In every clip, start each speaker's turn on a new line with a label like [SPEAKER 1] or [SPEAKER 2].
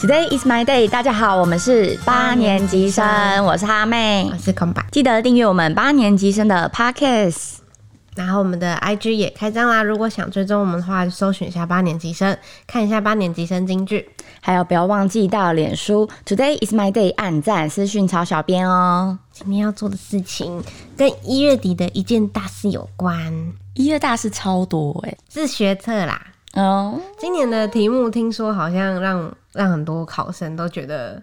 [SPEAKER 1] Today is my day。大家好，我们是八年级生，我是哈妹
[SPEAKER 2] 我。是空白。
[SPEAKER 1] 记得订阅我们八年级生的 Podcast。
[SPEAKER 2] 然后我们的 IG 也开张啦，如果想追踪我们的话，就搜寻一下八年级生，看一下八年级生京剧。
[SPEAKER 1] 还有，不要忘记到脸书 Today is my day 按赞私讯曹小编哦。
[SPEAKER 2] 今天要做的事情跟一月底的一件大事有关，
[SPEAKER 1] 一月大是超多哎、
[SPEAKER 3] 欸
[SPEAKER 2] 是学测啦。
[SPEAKER 1] 哦，
[SPEAKER 2] 今年的题目听说好像让让很多考生都觉得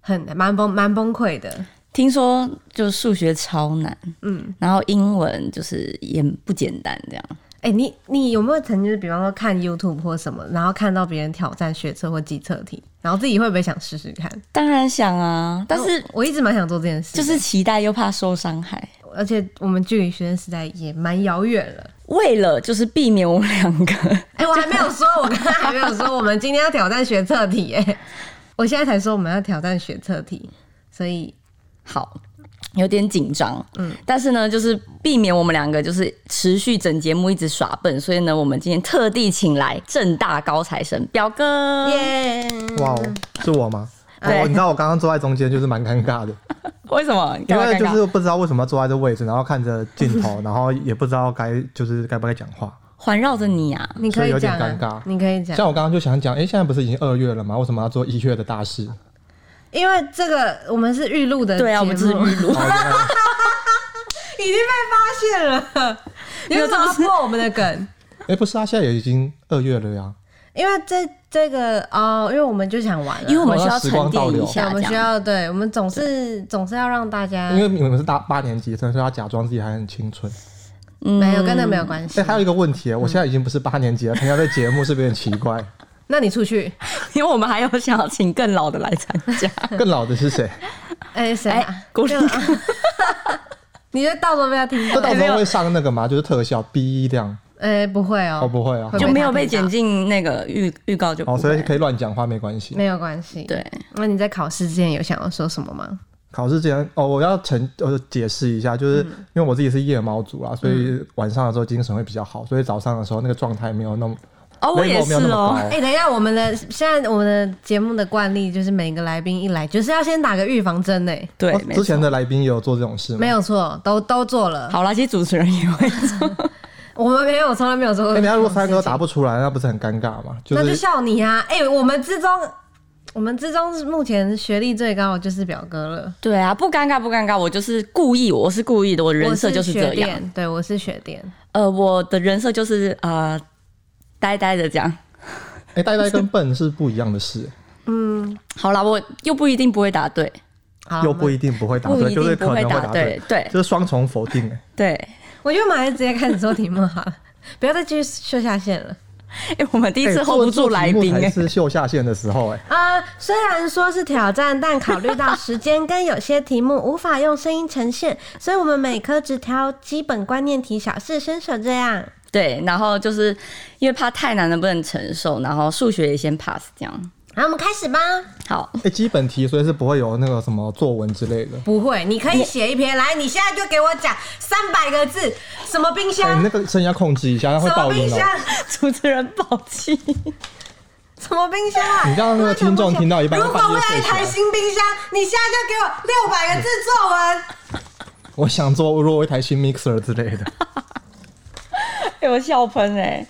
[SPEAKER 2] 很蛮崩蛮崩溃的。
[SPEAKER 3] 听说就数学超难，
[SPEAKER 2] 嗯，
[SPEAKER 3] 然后英文就是也不简单，这样
[SPEAKER 2] 哎、你你有没有曾经就是比方说看 YouTube 或什么，然后看到别人挑战学测或机测题，然后自己会不会想试试看？
[SPEAKER 3] 当然想啊，
[SPEAKER 1] 哦
[SPEAKER 3] 但是
[SPEAKER 2] 我我一直蛮想做这件事的，
[SPEAKER 3] 就是期待又怕受伤害，
[SPEAKER 2] 而且我们距离学生时代也蛮遥远了。
[SPEAKER 3] 为了就是避免我们两个，
[SPEAKER 2] 哎、我还没有说，我刚才还没有 说，我们今天要挑战学测题、哎，我现在才说我们要挑战学测题，所以
[SPEAKER 3] 好，有点紧张，嗯，但是呢，就是避免我们两个就是持续整节目一直耍笨，所以呢，我们今天特地请来正大高材生表哥，
[SPEAKER 2] 耶、
[SPEAKER 4] 哇哦，是我吗？
[SPEAKER 3] 嗯对
[SPEAKER 4] 哦，你知道我刚刚坐在中间就是蛮尴尬 的，
[SPEAKER 3] 为什么？
[SPEAKER 4] 因为
[SPEAKER 3] 干
[SPEAKER 4] 就
[SPEAKER 3] 嘛尴尬
[SPEAKER 4] 是不知道为什么要坐在这位置，然后看着 镜头，然后也不知道该就是该不该讲话。
[SPEAKER 3] 环绕着你啊，
[SPEAKER 2] 你可以讲、
[SPEAKER 4] 所以有点尴尬
[SPEAKER 2] 啊，你可以讲，
[SPEAKER 4] 像我刚刚就想讲，哎、现在不是已经二月了吗？为什么要做一月的 大事？
[SPEAKER 2] 因为这个我们是预录的节目，
[SPEAKER 3] 对啊，我们就是预录
[SPEAKER 4] 哦，原来
[SPEAKER 2] 已经被发现了， 你为什么要破我们的梗？
[SPEAKER 4] 哎、不是啊，现在也已经二月了呀。
[SPEAKER 2] 因为这这个哦，因为我们就想玩 了，
[SPEAKER 3] 因为我们需要
[SPEAKER 4] 时光
[SPEAKER 3] 沉
[SPEAKER 4] 倒
[SPEAKER 3] 淀
[SPEAKER 4] 流
[SPEAKER 3] 一
[SPEAKER 2] 对
[SPEAKER 3] 下，
[SPEAKER 2] 我
[SPEAKER 3] 这
[SPEAKER 2] 们
[SPEAKER 3] 样
[SPEAKER 2] 需要对，我们总是总是要让大家
[SPEAKER 4] 因为你们是大八年级生，所以要假装自己还很青春。
[SPEAKER 3] 嗯
[SPEAKER 2] 没有跟那没有关系
[SPEAKER 4] 哎、。还有一个问题，我现在已经不是八年级了，参加这节目是不是有点奇 怪？
[SPEAKER 2] 那你出去，
[SPEAKER 3] 因为我们还有想要请更老的来参加。
[SPEAKER 4] 更老的是谁？
[SPEAKER 2] 哎、谁啊？
[SPEAKER 3] 郭林，
[SPEAKER 2] 你觉得到时候被他听
[SPEAKER 4] 这
[SPEAKER 2] 到？
[SPEAKER 4] 到时候会上那个吗？就是特效 B 一这样？
[SPEAKER 2] 哎、不会哦、
[SPEAKER 4] 哦，不会啊
[SPEAKER 2] 会，
[SPEAKER 3] 就没有被
[SPEAKER 2] 剪
[SPEAKER 3] 剪进那个预预告就不
[SPEAKER 4] 哦，
[SPEAKER 3] 会。
[SPEAKER 4] 所以可以乱讲话没关系。
[SPEAKER 2] 没有关系。，
[SPEAKER 3] 对，
[SPEAKER 2] 那你在考试之前有想要说什么吗？
[SPEAKER 4] 考试之前，哦，我要澄呃解释一下，
[SPEAKER 3] 嗯
[SPEAKER 4] 就是因为我自己是夜猫族啦，所以晚上的时候精神会比较好，所以早上的时候那个状态没有那么，
[SPEAKER 3] 哦，我也
[SPEAKER 4] level 没
[SPEAKER 3] 是
[SPEAKER 4] 有那
[SPEAKER 3] 哦，
[SPEAKER 4] 么
[SPEAKER 2] 哎、等一下，我们的现在我们的节目的惯例就是每个来宾一来就是要先打个预防针呢、哎
[SPEAKER 3] 对
[SPEAKER 4] 高。，
[SPEAKER 3] 没
[SPEAKER 4] 哦之前
[SPEAKER 3] 错
[SPEAKER 4] 的来宾也有做这种事吗？
[SPEAKER 2] 没有错，都都做了。
[SPEAKER 3] 好啦，其实主持人也会做，
[SPEAKER 2] 我们没有，从来没有做过。
[SPEAKER 4] 哎。人家如果三个都答
[SPEAKER 2] 不，
[SPEAKER 4] 不出来，那不是很尴尬吗？就
[SPEAKER 2] 那就是笑你啊！哎、我们之中，我们之中目前学历最高的就是表哥了。
[SPEAKER 3] 对啊，不尴尬不尴尬，我就是故意，我是故意的，我人设就是
[SPEAKER 2] 我
[SPEAKER 3] 这
[SPEAKER 2] 学
[SPEAKER 3] 样。
[SPEAKER 2] 电，对我是学电。
[SPEAKER 3] 呃，我的人设就是呃，呆呆的这样。
[SPEAKER 4] 哎，呆呆跟笨是不一样 的事，
[SPEAKER 3] 好啦，我又不一定不会答对，
[SPEAKER 2] 好，
[SPEAKER 4] 又
[SPEAKER 2] 我
[SPEAKER 4] 不
[SPEAKER 2] 们
[SPEAKER 4] 一定不会答
[SPEAKER 3] 啊不
[SPEAKER 4] 对，
[SPEAKER 3] 一
[SPEAKER 4] 就是
[SPEAKER 3] 定不
[SPEAKER 4] 可
[SPEAKER 3] 会
[SPEAKER 4] 能会
[SPEAKER 3] 答
[SPEAKER 4] 答对，
[SPEAKER 3] 对
[SPEAKER 4] 就是双重否定。哎，
[SPEAKER 3] 对，
[SPEAKER 2] 我觉得我们还是直接开始做题目好了， 不要再继续秀下线了。
[SPEAKER 3] 因为我 们第一次
[SPEAKER 4] 哎
[SPEAKER 3] hold 不住
[SPEAKER 4] 做做
[SPEAKER 3] 来
[SPEAKER 4] 题目
[SPEAKER 3] 宾，
[SPEAKER 4] 才
[SPEAKER 3] 哎，
[SPEAKER 4] 是秀下限的时候，哎，
[SPEAKER 2] 呃，虽然说是挑战，但考虑到时间跟有些题目无法用声音呈现，所以我们每科只挑基本观念题、小事伸手这样。
[SPEAKER 3] 对，然后就是因为怕太难了不能承受，然后数学也先 pass 这样。
[SPEAKER 2] 好，我们开始吧。
[SPEAKER 3] 好，
[SPEAKER 4] 哎，基本题所以是不会有那个什么作文之类的。
[SPEAKER 2] 不会，你可以写一篇来，你现在就给我讲三百个字，什么冰
[SPEAKER 4] 哎，
[SPEAKER 2] 箱
[SPEAKER 4] 你，那个声音要控制一下，那会
[SPEAKER 2] 什么
[SPEAKER 4] 爆
[SPEAKER 2] 冰
[SPEAKER 4] 音哦。
[SPEAKER 2] 箱，
[SPEAKER 3] 主持人暴气。
[SPEAKER 2] 什么冰箱啊！
[SPEAKER 4] 你让那个听众听到一半
[SPEAKER 2] 如
[SPEAKER 4] 就
[SPEAKER 2] 果
[SPEAKER 4] 半夜
[SPEAKER 2] 我有
[SPEAKER 4] 睡
[SPEAKER 2] 一
[SPEAKER 4] 起来
[SPEAKER 2] 台新冰箱，你现在就给我六百个字作文。
[SPEAKER 4] 我想做，如果我有一台新 mixer 之类的。
[SPEAKER 3] 被我笑喷 哎、欸！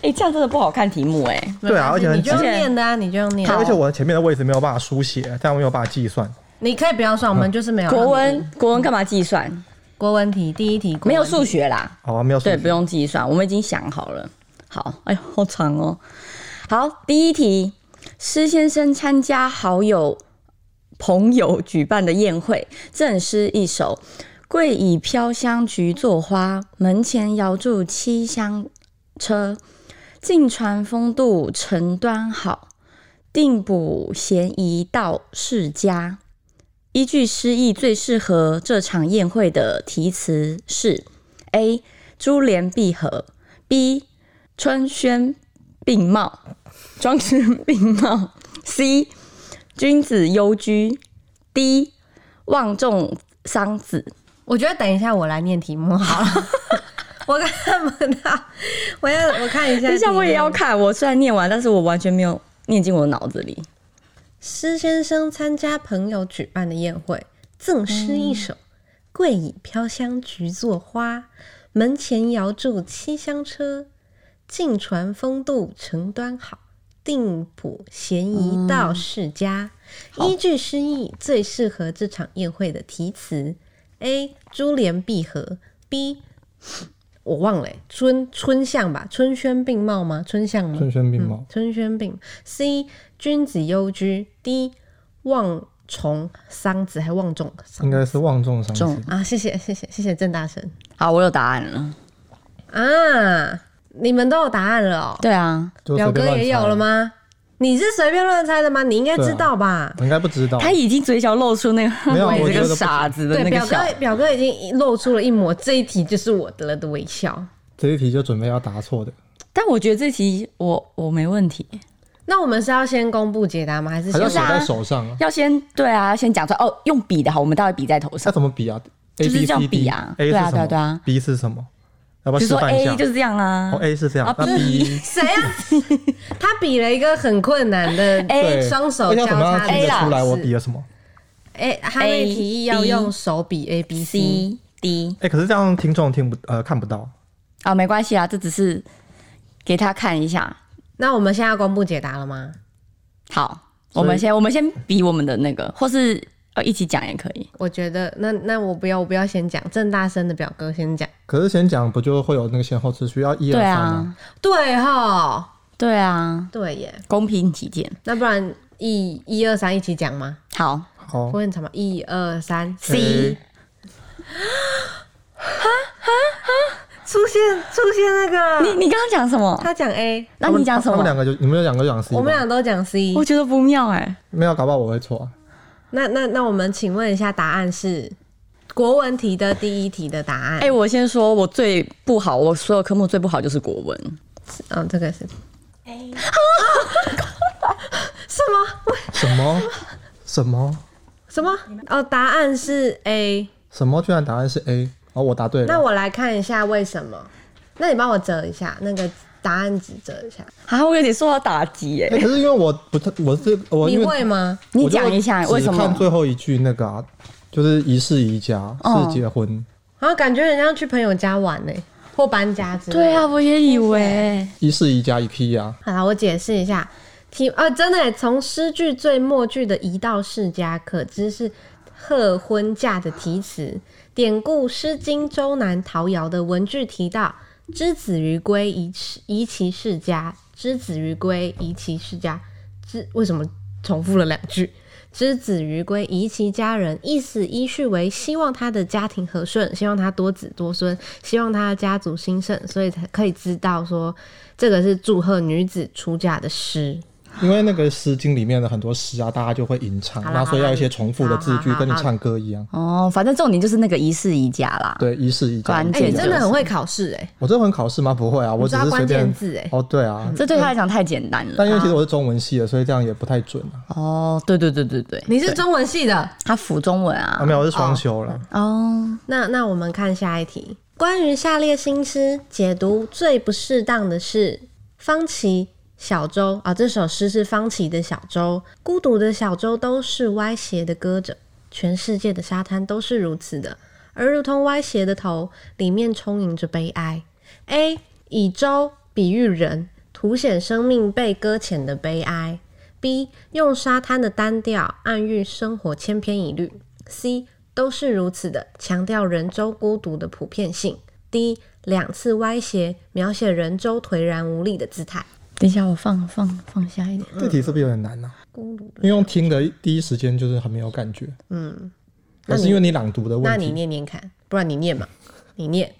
[SPEAKER 3] 哎、这样真的不好看题目哎、
[SPEAKER 4] 对啊，而且很
[SPEAKER 2] 你就用
[SPEAKER 3] 急
[SPEAKER 2] 念的啊，你就用念的。
[SPEAKER 4] 而且我前面的位置没有办法书写，但我没有办法计算。
[SPEAKER 2] 你可以不要算，我们就是没有
[SPEAKER 3] 嗯国文啊国文干嘛计算？
[SPEAKER 2] 国文题第一题国文
[SPEAKER 3] 没有
[SPEAKER 2] 题
[SPEAKER 3] 数学啦，
[SPEAKER 4] 好、啊，没有数
[SPEAKER 3] 对，
[SPEAKER 4] 学
[SPEAKER 3] 不。用计算，我们已经想好了。好，哎呦，好长哦。好，第一题，施先生参加好友朋友举办的宴会，赠诗一首：“桂以飘香菊作花，门前遥祝七香车。尽传风度承端好，定补闲宜道世家。依据诗意，最适合这场宴会的题词是：A. 珠联璧合；B. 春轩并茂，庄子并茂；C. 君子忧居；D. 望重桑梓。
[SPEAKER 2] 我觉得等一下我来念题目好了， 我看不到， 我要我看一下。
[SPEAKER 3] 等一下我也要。看，我虽然念完，但是我完全没有念进我的脑子里。
[SPEAKER 2] 施先生参加朋友举办的宴会，赠诗一首：“桂已飘香菊作花，门前遥祝七香车。晋传风度承端好，定谱闲宜道世家。依据诗意，最适合这场宴会的题词：A. 珠联璧合；B. 我忘了、欸，春春相吧，春轩并茂吗？春相吗？
[SPEAKER 4] 春轩并
[SPEAKER 3] 嗯
[SPEAKER 4] 茂。
[SPEAKER 2] 春轩病。C 君子忧居。D 望虫桑子还望种
[SPEAKER 4] 应该是望重伤
[SPEAKER 3] 重
[SPEAKER 4] 心。
[SPEAKER 2] 啊！谢谢谢谢谢谢郑大神
[SPEAKER 3] 好，我有答案了。
[SPEAKER 2] 啊！你们都有答案了哦、
[SPEAKER 3] 对啊，
[SPEAKER 4] 就
[SPEAKER 2] 表
[SPEAKER 4] 随
[SPEAKER 2] 哥
[SPEAKER 4] 便乱
[SPEAKER 2] 也有
[SPEAKER 4] 猜
[SPEAKER 2] 了？吗？你是随便乱猜的吗？你应该知道吧？
[SPEAKER 4] 我应该不知道。
[SPEAKER 3] 他已经嘴角露出那个
[SPEAKER 4] 哦没有
[SPEAKER 3] 你
[SPEAKER 4] 我
[SPEAKER 3] 这
[SPEAKER 4] 觉
[SPEAKER 3] 个
[SPEAKER 4] 得不
[SPEAKER 3] 傻子的
[SPEAKER 4] 啊
[SPEAKER 3] 那
[SPEAKER 2] 对，
[SPEAKER 3] 个
[SPEAKER 2] 表
[SPEAKER 3] 笑。
[SPEAKER 2] 哥表哥已经露出了一抹这一题就是我得了的微笑。
[SPEAKER 4] 这一题就准备要答错的，
[SPEAKER 3] 但我觉得这题我我没问题，
[SPEAKER 2] 那我们是要先公布解答吗？还是
[SPEAKER 4] 还
[SPEAKER 2] 先
[SPEAKER 4] 要写
[SPEAKER 3] 啊
[SPEAKER 4] 在手上啊？
[SPEAKER 3] 要先对啊，要先讲出来哦，用笔的好，我们待会笔在头
[SPEAKER 4] 那
[SPEAKER 3] 上。
[SPEAKER 4] 怎么比啊？A
[SPEAKER 3] 就是
[SPEAKER 4] B
[SPEAKER 3] 这样
[SPEAKER 4] C
[SPEAKER 3] 比
[SPEAKER 4] D
[SPEAKER 3] 啊
[SPEAKER 4] A
[SPEAKER 3] 对啊
[SPEAKER 4] 是什
[SPEAKER 3] 对啊
[SPEAKER 4] 么？
[SPEAKER 3] 对啊
[SPEAKER 4] B 是什么？要不
[SPEAKER 3] 比
[SPEAKER 4] 要
[SPEAKER 3] 如说
[SPEAKER 4] 示范一
[SPEAKER 3] A
[SPEAKER 4] 下？
[SPEAKER 3] 就是这样啊
[SPEAKER 4] 哦，A 是这样
[SPEAKER 3] 啊，
[SPEAKER 4] 那
[SPEAKER 3] B
[SPEAKER 2] 谁呀、 他比了一个很困难的
[SPEAKER 3] A
[SPEAKER 4] 对
[SPEAKER 2] 双手
[SPEAKER 4] 那
[SPEAKER 2] 交
[SPEAKER 4] 要怎么
[SPEAKER 2] 叉
[SPEAKER 4] 样
[SPEAKER 2] 的
[SPEAKER 4] 听得
[SPEAKER 2] 手
[SPEAKER 4] 出来我
[SPEAKER 2] 势
[SPEAKER 4] 比了什么？
[SPEAKER 2] 哎，他那个提议要
[SPEAKER 3] B
[SPEAKER 2] 用手比 A B C，
[SPEAKER 3] C D
[SPEAKER 4] 哎，可是这样听众听不呃看不到。
[SPEAKER 3] 啊，没关系啊，这只是给他看一下。
[SPEAKER 2] 那我们现在要公布解答了吗？
[SPEAKER 3] 好，
[SPEAKER 4] 所
[SPEAKER 3] 我
[SPEAKER 4] 以
[SPEAKER 3] 们先我们先比我们的那个，或是呃一起讲也可以。
[SPEAKER 2] 我觉得那那我不要，我不要先讲，郑大声的表哥先讲。
[SPEAKER 4] 可是先讲不就会有那个先后次序，要一二
[SPEAKER 3] 对
[SPEAKER 4] 三吗？
[SPEAKER 3] 啊，
[SPEAKER 2] 对哈，
[SPEAKER 3] 对啊，
[SPEAKER 2] 对耶。
[SPEAKER 3] 公平起见。
[SPEAKER 2] 那不然一一二三一起讲吗？
[SPEAKER 3] 好
[SPEAKER 4] 好
[SPEAKER 2] 不会很长吗？一二三，
[SPEAKER 3] 啊，C
[SPEAKER 2] 出现出现那
[SPEAKER 3] 你
[SPEAKER 2] 个，
[SPEAKER 3] 你刚刚讲什么？
[SPEAKER 2] 他讲 A，
[SPEAKER 3] 那你讲什
[SPEAKER 4] 他们
[SPEAKER 3] 么？
[SPEAKER 4] 两个就你们两个就讲 C，
[SPEAKER 2] 我们
[SPEAKER 4] 吧
[SPEAKER 2] 俩都讲 C
[SPEAKER 3] 我。觉得不妙哎、
[SPEAKER 4] 没有，搞不好我会错啊。
[SPEAKER 2] 那那那我们请问一下，答案是国文题的第一题的答案
[SPEAKER 3] 哎、。我先说，我最不好，我所有科目最不好就是国文。
[SPEAKER 2] 嗯、这个是 A。什么？
[SPEAKER 4] 什么 什么
[SPEAKER 2] 什么？哦，答案是 A。
[SPEAKER 4] 什么？居然答案是 A，哦，我答对
[SPEAKER 2] 那
[SPEAKER 4] 了。
[SPEAKER 2] 我来看一下为什么。那你帮我折一下那个答案纸折一下，
[SPEAKER 3] 啊，我有点受到打击哎、
[SPEAKER 4] 哎，可是因为我不太，我是我因
[SPEAKER 2] 你
[SPEAKER 4] 为
[SPEAKER 2] 会吗？
[SPEAKER 3] 你
[SPEAKER 4] 我就
[SPEAKER 3] 讲一下
[SPEAKER 4] 只
[SPEAKER 3] 为什
[SPEAKER 4] 看
[SPEAKER 3] 么？
[SPEAKER 4] 最后一句那个啊，就是一世宜家
[SPEAKER 3] 嗯
[SPEAKER 2] 哦
[SPEAKER 4] 是结婚，
[SPEAKER 2] 然后啊感觉人家去朋友家玩呢、或搬家之类的。
[SPEAKER 3] 对啊，我也以为
[SPEAKER 4] 一世宜家一批啊呀。
[SPEAKER 2] 好了，我解释一下。题呃，真的耶从诗句最末句的“一到世家”可知是贺婚嫁的题词。典故《诗经·周南陶尧》的文句提到：“之子于归，宜其宜其世家；之子于归，宜其世家。”之为什么重复了两句？之子于归，宜其家人，意思依序为希望他的家庭和顺，希望他多子多孙，希望他的家族兴盛，所以才可以知道说这个是祝贺女子出嫁的诗。
[SPEAKER 4] 因为那个《诗经》里面的很多诗啊，大家就会吟唱，
[SPEAKER 2] 好啦
[SPEAKER 4] 那所以
[SPEAKER 2] 好啦
[SPEAKER 4] 要一些重复的字句
[SPEAKER 2] 好，好
[SPEAKER 4] 跟你
[SPEAKER 2] 好
[SPEAKER 4] 唱歌一样。
[SPEAKER 3] 哦，反正重点就是那个一世宜家啦。
[SPEAKER 4] 对，一世宜家
[SPEAKER 3] 关。
[SPEAKER 2] 哎、
[SPEAKER 3] 键
[SPEAKER 2] 你
[SPEAKER 3] 的
[SPEAKER 2] 真的很会考试哎、
[SPEAKER 4] 我这很考试吗？不会啊，我
[SPEAKER 2] 你
[SPEAKER 4] 只
[SPEAKER 2] 抓
[SPEAKER 4] 是随
[SPEAKER 2] 关键
[SPEAKER 4] 便。
[SPEAKER 2] 字哎、
[SPEAKER 4] 哦，对啊，
[SPEAKER 3] 这对他来讲太简单了。
[SPEAKER 4] 但因为其实我是中文系的，所以这样也不太准啊。
[SPEAKER 3] 哦，对对对对对，
[SPEAKER 2] 你是中文系的，
[SPEAKER 3] 他辅中文
[SPEAKER 4] 啊，
[SPEAKER 3] 啊。
[SPEAKER 4] 没有，我是双修了。
[SPEAKER 3] 哦，
[SPEAKER 2] 那那我们看下一题。关于下列新诗解读最不适当的是方琦。小舟啊、这首诗是方琦的《小舟》。孤独的小舟都是歪斜的搁着，全世界的沙滩都是如此的，而如同歪斜的头，里面充盈着悲哀。A 以舟比喻人，凸显生命被搁浅的悲哀。B 用沙滩的单调暗喻生活千篇一律。C 都是如此的，强调人舟孤独的普遍性。D 两次歪斜，描写人舟颓然无力的姿态。
[SPEAKER 3] 等一下，我放放放下一点。
[SPEAKER 4] 这题是不是有点难呢、啊？因为用听的第一时间就是很没有感觉。嗯，还是因为你朗读的
[SPEAKER 2] 那
[SPEAKER 4] 问
[SPEAKER 2] 你
[SPEAKER 4] 题。
[SPEAKER 2] 念念看，不然你念嘛，你念。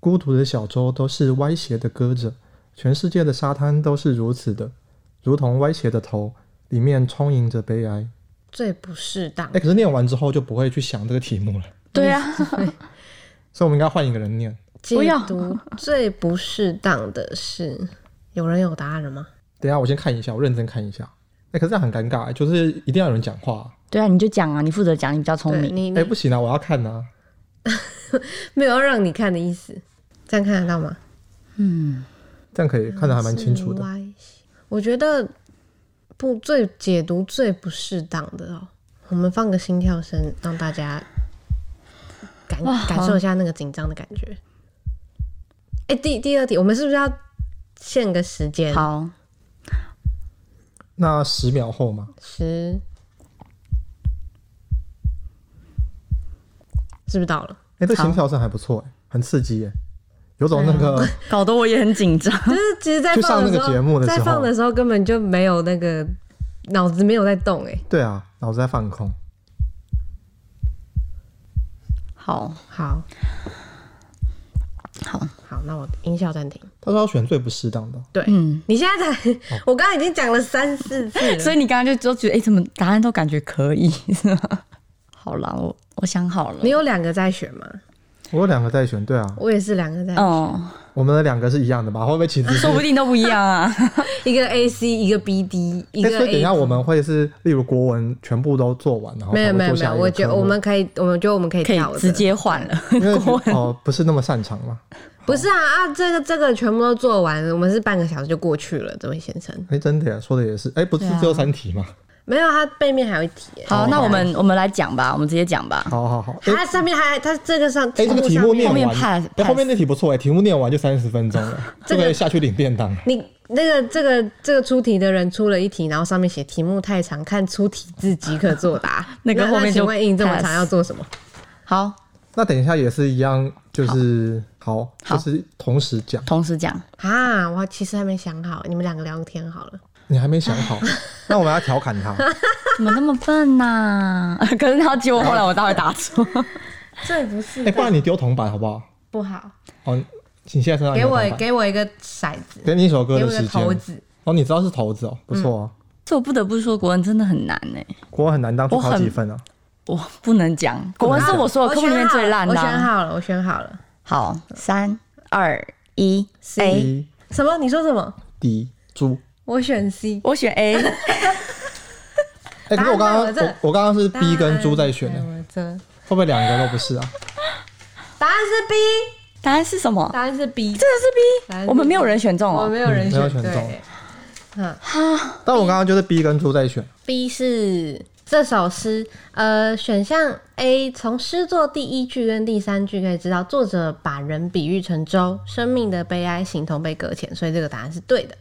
[SPEAKER 4] 孤独的小舟都是歪斜的搁着，全世界的沙滩都是如此的，如同歪斜的头，里面充盈着悲哀。
[SPEAKER 2] 最不适当
[SPEAKER 4] 哎、，可是念完之后就不会去想这个题目了，
[SPEAKER 3] 对啊，
[SPEAKER 4] 所以我们应该换一个人念。
[SPEAKER 3] 不
[SPEAKER 2] 解
[SPEAKER 3] 要
[SPEAKER 2] 读 最不适当的是，有人有答案了吗？
[SPEAKER 4] 等一下，我先看一下，我认真看一下。哎、可是这样很尴尬、就是一定要有人讲话、
[SPEAKER 3] 对啊，你就讲啊，你负责讲，你比较聪
[SPEAKER 2] 对
[SPEAKER 3] 明。
[SPEAKER 2] 你
[SPEAKER 4] 哎、
[SPEAKER 2] 你
[SPEAKER 4] 不行啊，我要看啊。
[SPEAKER 2] 没有让你看的意思，这样看得到吗？
[SPEAKER 4] 这样可以看得还蛮清楚的。
[SPEAKER 2] 歪斜我觉得不最解读最不适当的哦。我们放个心跳声，让大家感感受一下那个紧张的感觉。哎、第第二题，我们是不是要限个时间？，
[SPEAKER 3] 好，
[SPEAKER 4] 那十秒后嘛，
[SPEAKER 2] 十，知不到了？
[SPEAKER 4] 哎、这心跳声还不错、哎，很刺激、哎，有种那
[SPEAKER 2] 啊
[SPEAKER 4] 个
[SPEAKER 3] 搞得我也很紧张。
[SPEAKER 2] 就是其实，在
[SPEAKER 4] 就
[SPEAKER 2] 放
[SPEAKER 4] 上
[SPEAKER 2] 的
[SPEAKER 4] 那
[SPEAKER 2] 时
[SPEAKER 4] 个
[SPEAKER 2] 候，
[SPEAKER 4] 节目的时
[SPEAKER 2] 在
[SPEAKER 4] 候
[SPEAKER 2] 放的时候根本就没有那个脑子没有在动哎、
[SPEAKER 4] 对啊，脑子在放空。
[SPEAKER 3] 好，
[SPEAKER 2] 好，
[SPEAKER 3] 好，
[SPEAKER 2] 好，那我音效暂停。
[SPEAKER 4] 他说要选最不适当的，
[SPEAKER 2] 对，你现在
[SPEAKER 4] 哦
[SPEAKER 2] 才，我刚刚已经讲了三四次了，
[SPEAKER 3] 嗯所以你刚刚就就觉得，哎、怎么答案都感觉可以？ 是吗好啦，我我想好了
[SPEAKER 2] 你。有两个在选吗？
[SPEAKER 4] 我有两个在选，对啊，
[SPEAKER 2] 我也是两个在，
[SPEAKER 3] 哦，
[SPEAKER 4] 我们的两个是一样的吧？会不会 其实是？
[SPEAKER 3] 说不定都不一样啊。
[SPEAKER 2] 一个 A C，一个 B D，一
[SPEAKER 4] 哎
[SPEAKER 2] 个
[SPEAKER 4] 所以等
[SPEAKER 2] A。
[SPEAKER 4] 一下我们会是，例如国文全部都做完，然后
[SPEAKER 2] 没有
[SPEAKER 4] 才会
[SPEAKER 2] 没有
[SPEAKER 4] 做
[SPEAKER 2] 没
[SPEAKER 4] 下
[SPEAKER 2] 有，
[SPEAKER 4] 一个
[SPEAKER 2] 我觉
[SPEAKER 4] 科
[SPEAKER 2] 得
[SPEAKER 4] 目
[SPEAKER 2] 我们可以，我们觉得我们可以
[SPEAKER 3] 可以
[SPEAKER 2] 跳的
[SPEAKER 3] 直，接换 了。
[SPEAKER 4] 因为哦不是那么擅长嘛。
[SPEAKER 2] 不是啊啊，这个这个全部都做完了，我们是半个小时就过去了，这位先生。
[SPEAKER 4] 哎、真的耶，说的也是，哎、不是
[SPEAKER 3] 对啊
[SPEAKER 4] 只有三题吗？
[SPEAKER 2] 没有，他背面还有一题耶，
[SPEAKER 3] 好，那我们我们来讲吧，我们直接讲吧。
[SPEAKER 4] 好好好，哎、
[SPEAKER 2] 他上面还他这个上
[SPEAKER 4] 哎、这个题目念
[SPEAKER 3] 后面
[SPEAKER 4] 完，
[SPEAKER 3] pass-
[SPEAKER 4] 哎、后面那题不错哎、题目念完就三十分 钟了，
[SPEAKER 2] 这
[SPEAKER 4] 就
[SPEAKER 2] 个
[SPEAKER 4] 可以下去领便当。
[SPEAKER 2] 你那个这个这个出题的人出了一题，然后上面写题目太长，看出题字即可作 答。
[SPEAKER 3] 那个后面
[SPEAKER 2] 请
[SPEAKER 3] 就
[SPEAKER 2] 问印这么
[SPEAKER 3] pass
[SPEAKER 2] 长要做什么？
[SPEAKER 3] 好，
[SPEAKER 4] 那等一下也是一样，就是好，
[SPEAKER 3] 好
[SPEAKER 4] 就是同时讲，
[SPEAKER 3] 同时讲。
[SPEAKER 2] 啊，我其实还没想好，你们两个聊天好了。
[SPEAKER 4] 你还没想 好，那我们要调侃他。
[SPEAKER 3] 怎么那么笨呐、 可是他结果后来我倒会打错。
[SPEAKER 2] 这不是
[SPEAKER 4] 哎、不然你丢铜板好不好？
[SPEAKER 2] 不好，
[SPEAKER 4] 哦，你现在身上
[SPEAKER 2] 给
[SPEAKER 4] 有铜
[SPEAKER 2] 我
[SPEAKER 4] 板
[SPEAKER 2] 给我一个骰子，
[SPEAKER 4] 给你一首歌
[SPEAKER 2] 给
[SPEAKER 4] 的
[SPEAKER 2] 我一
[SPEAKER 4] 时
[SPEAKER 2] 个骰
[SPEAKER 4] 间。
[SPEAKER 2] 子。嗯
[SPEAKER 4] 哦，你知道是骰子哦，不错哦。
[SPEAKER 3] 这我不得不说，国文真的很难哎、
[SPEAKER 4] 国文很难当初
[SPEAKER 3] 我很
[SPEAKER 4] 考几分啊？
[SPEAKER 3] 我不能讲，国文是我所有科目里面最烂
[SPEAKER 2] 我
[SPEAKER 3] 的
[SPEAKER 2] 选
[SPEAKER 3] 啊、
[SPEAKER 2] 好了，我选好了。
[SPEAKER 3] 好，三二一，A，
[SPEAKER 4] 一、
[SPEAKER 2] 什么？你说什么？
[SPEAKER 4] D、猪。
[SPEAKER 2] 我选 C。
[SPEAKER 3] 我选 A。
[SPEAKER 4] 哎、可是我
[SPEAKER 2] 答
[SPEAKER 4] 刚
[SPEAKER 2] 案在我嗯这
[SPEAKER 4] 刚我我刚刚是 B 跟猪在选
[SPEAKER 2] 答
[SPEAKER 4] 的，
[SPEAKER 2] 案在我这
[SPEAKER 4] 会不会两个都不是啊？
[SPEAKER 2] 答案是 B，
[SPEAKER 3] 答案是什么？
[SPEAKER 2] 答案是 B，
[SPEAKER 3] 真的
[SPEAKER 2] 答
[SPEAKER 3] 是 B，
[SPEAKER 2] 案是
[SPEAKER 3] 我们没有人选中
[SPEAKER 2] 我
[SPEAKER 3] 哦、
[SPEAKER 2] 没有人
[SPEAKER 4] 嗯没有
[SPEAKER 2] 选
[SPEAKER 4] 选中
[SPEAKER 2] 对。嗯
[SPEAKER 4] 但我刚刚就是 B 跟猪在选，
[SPEAKER 2] B 是这首诗，呃，选项 A 从诗作第一句跟第三句可以知道，作者把人比喻成舟，生命的悲哀形同被搁浅，所以这个答案是对的。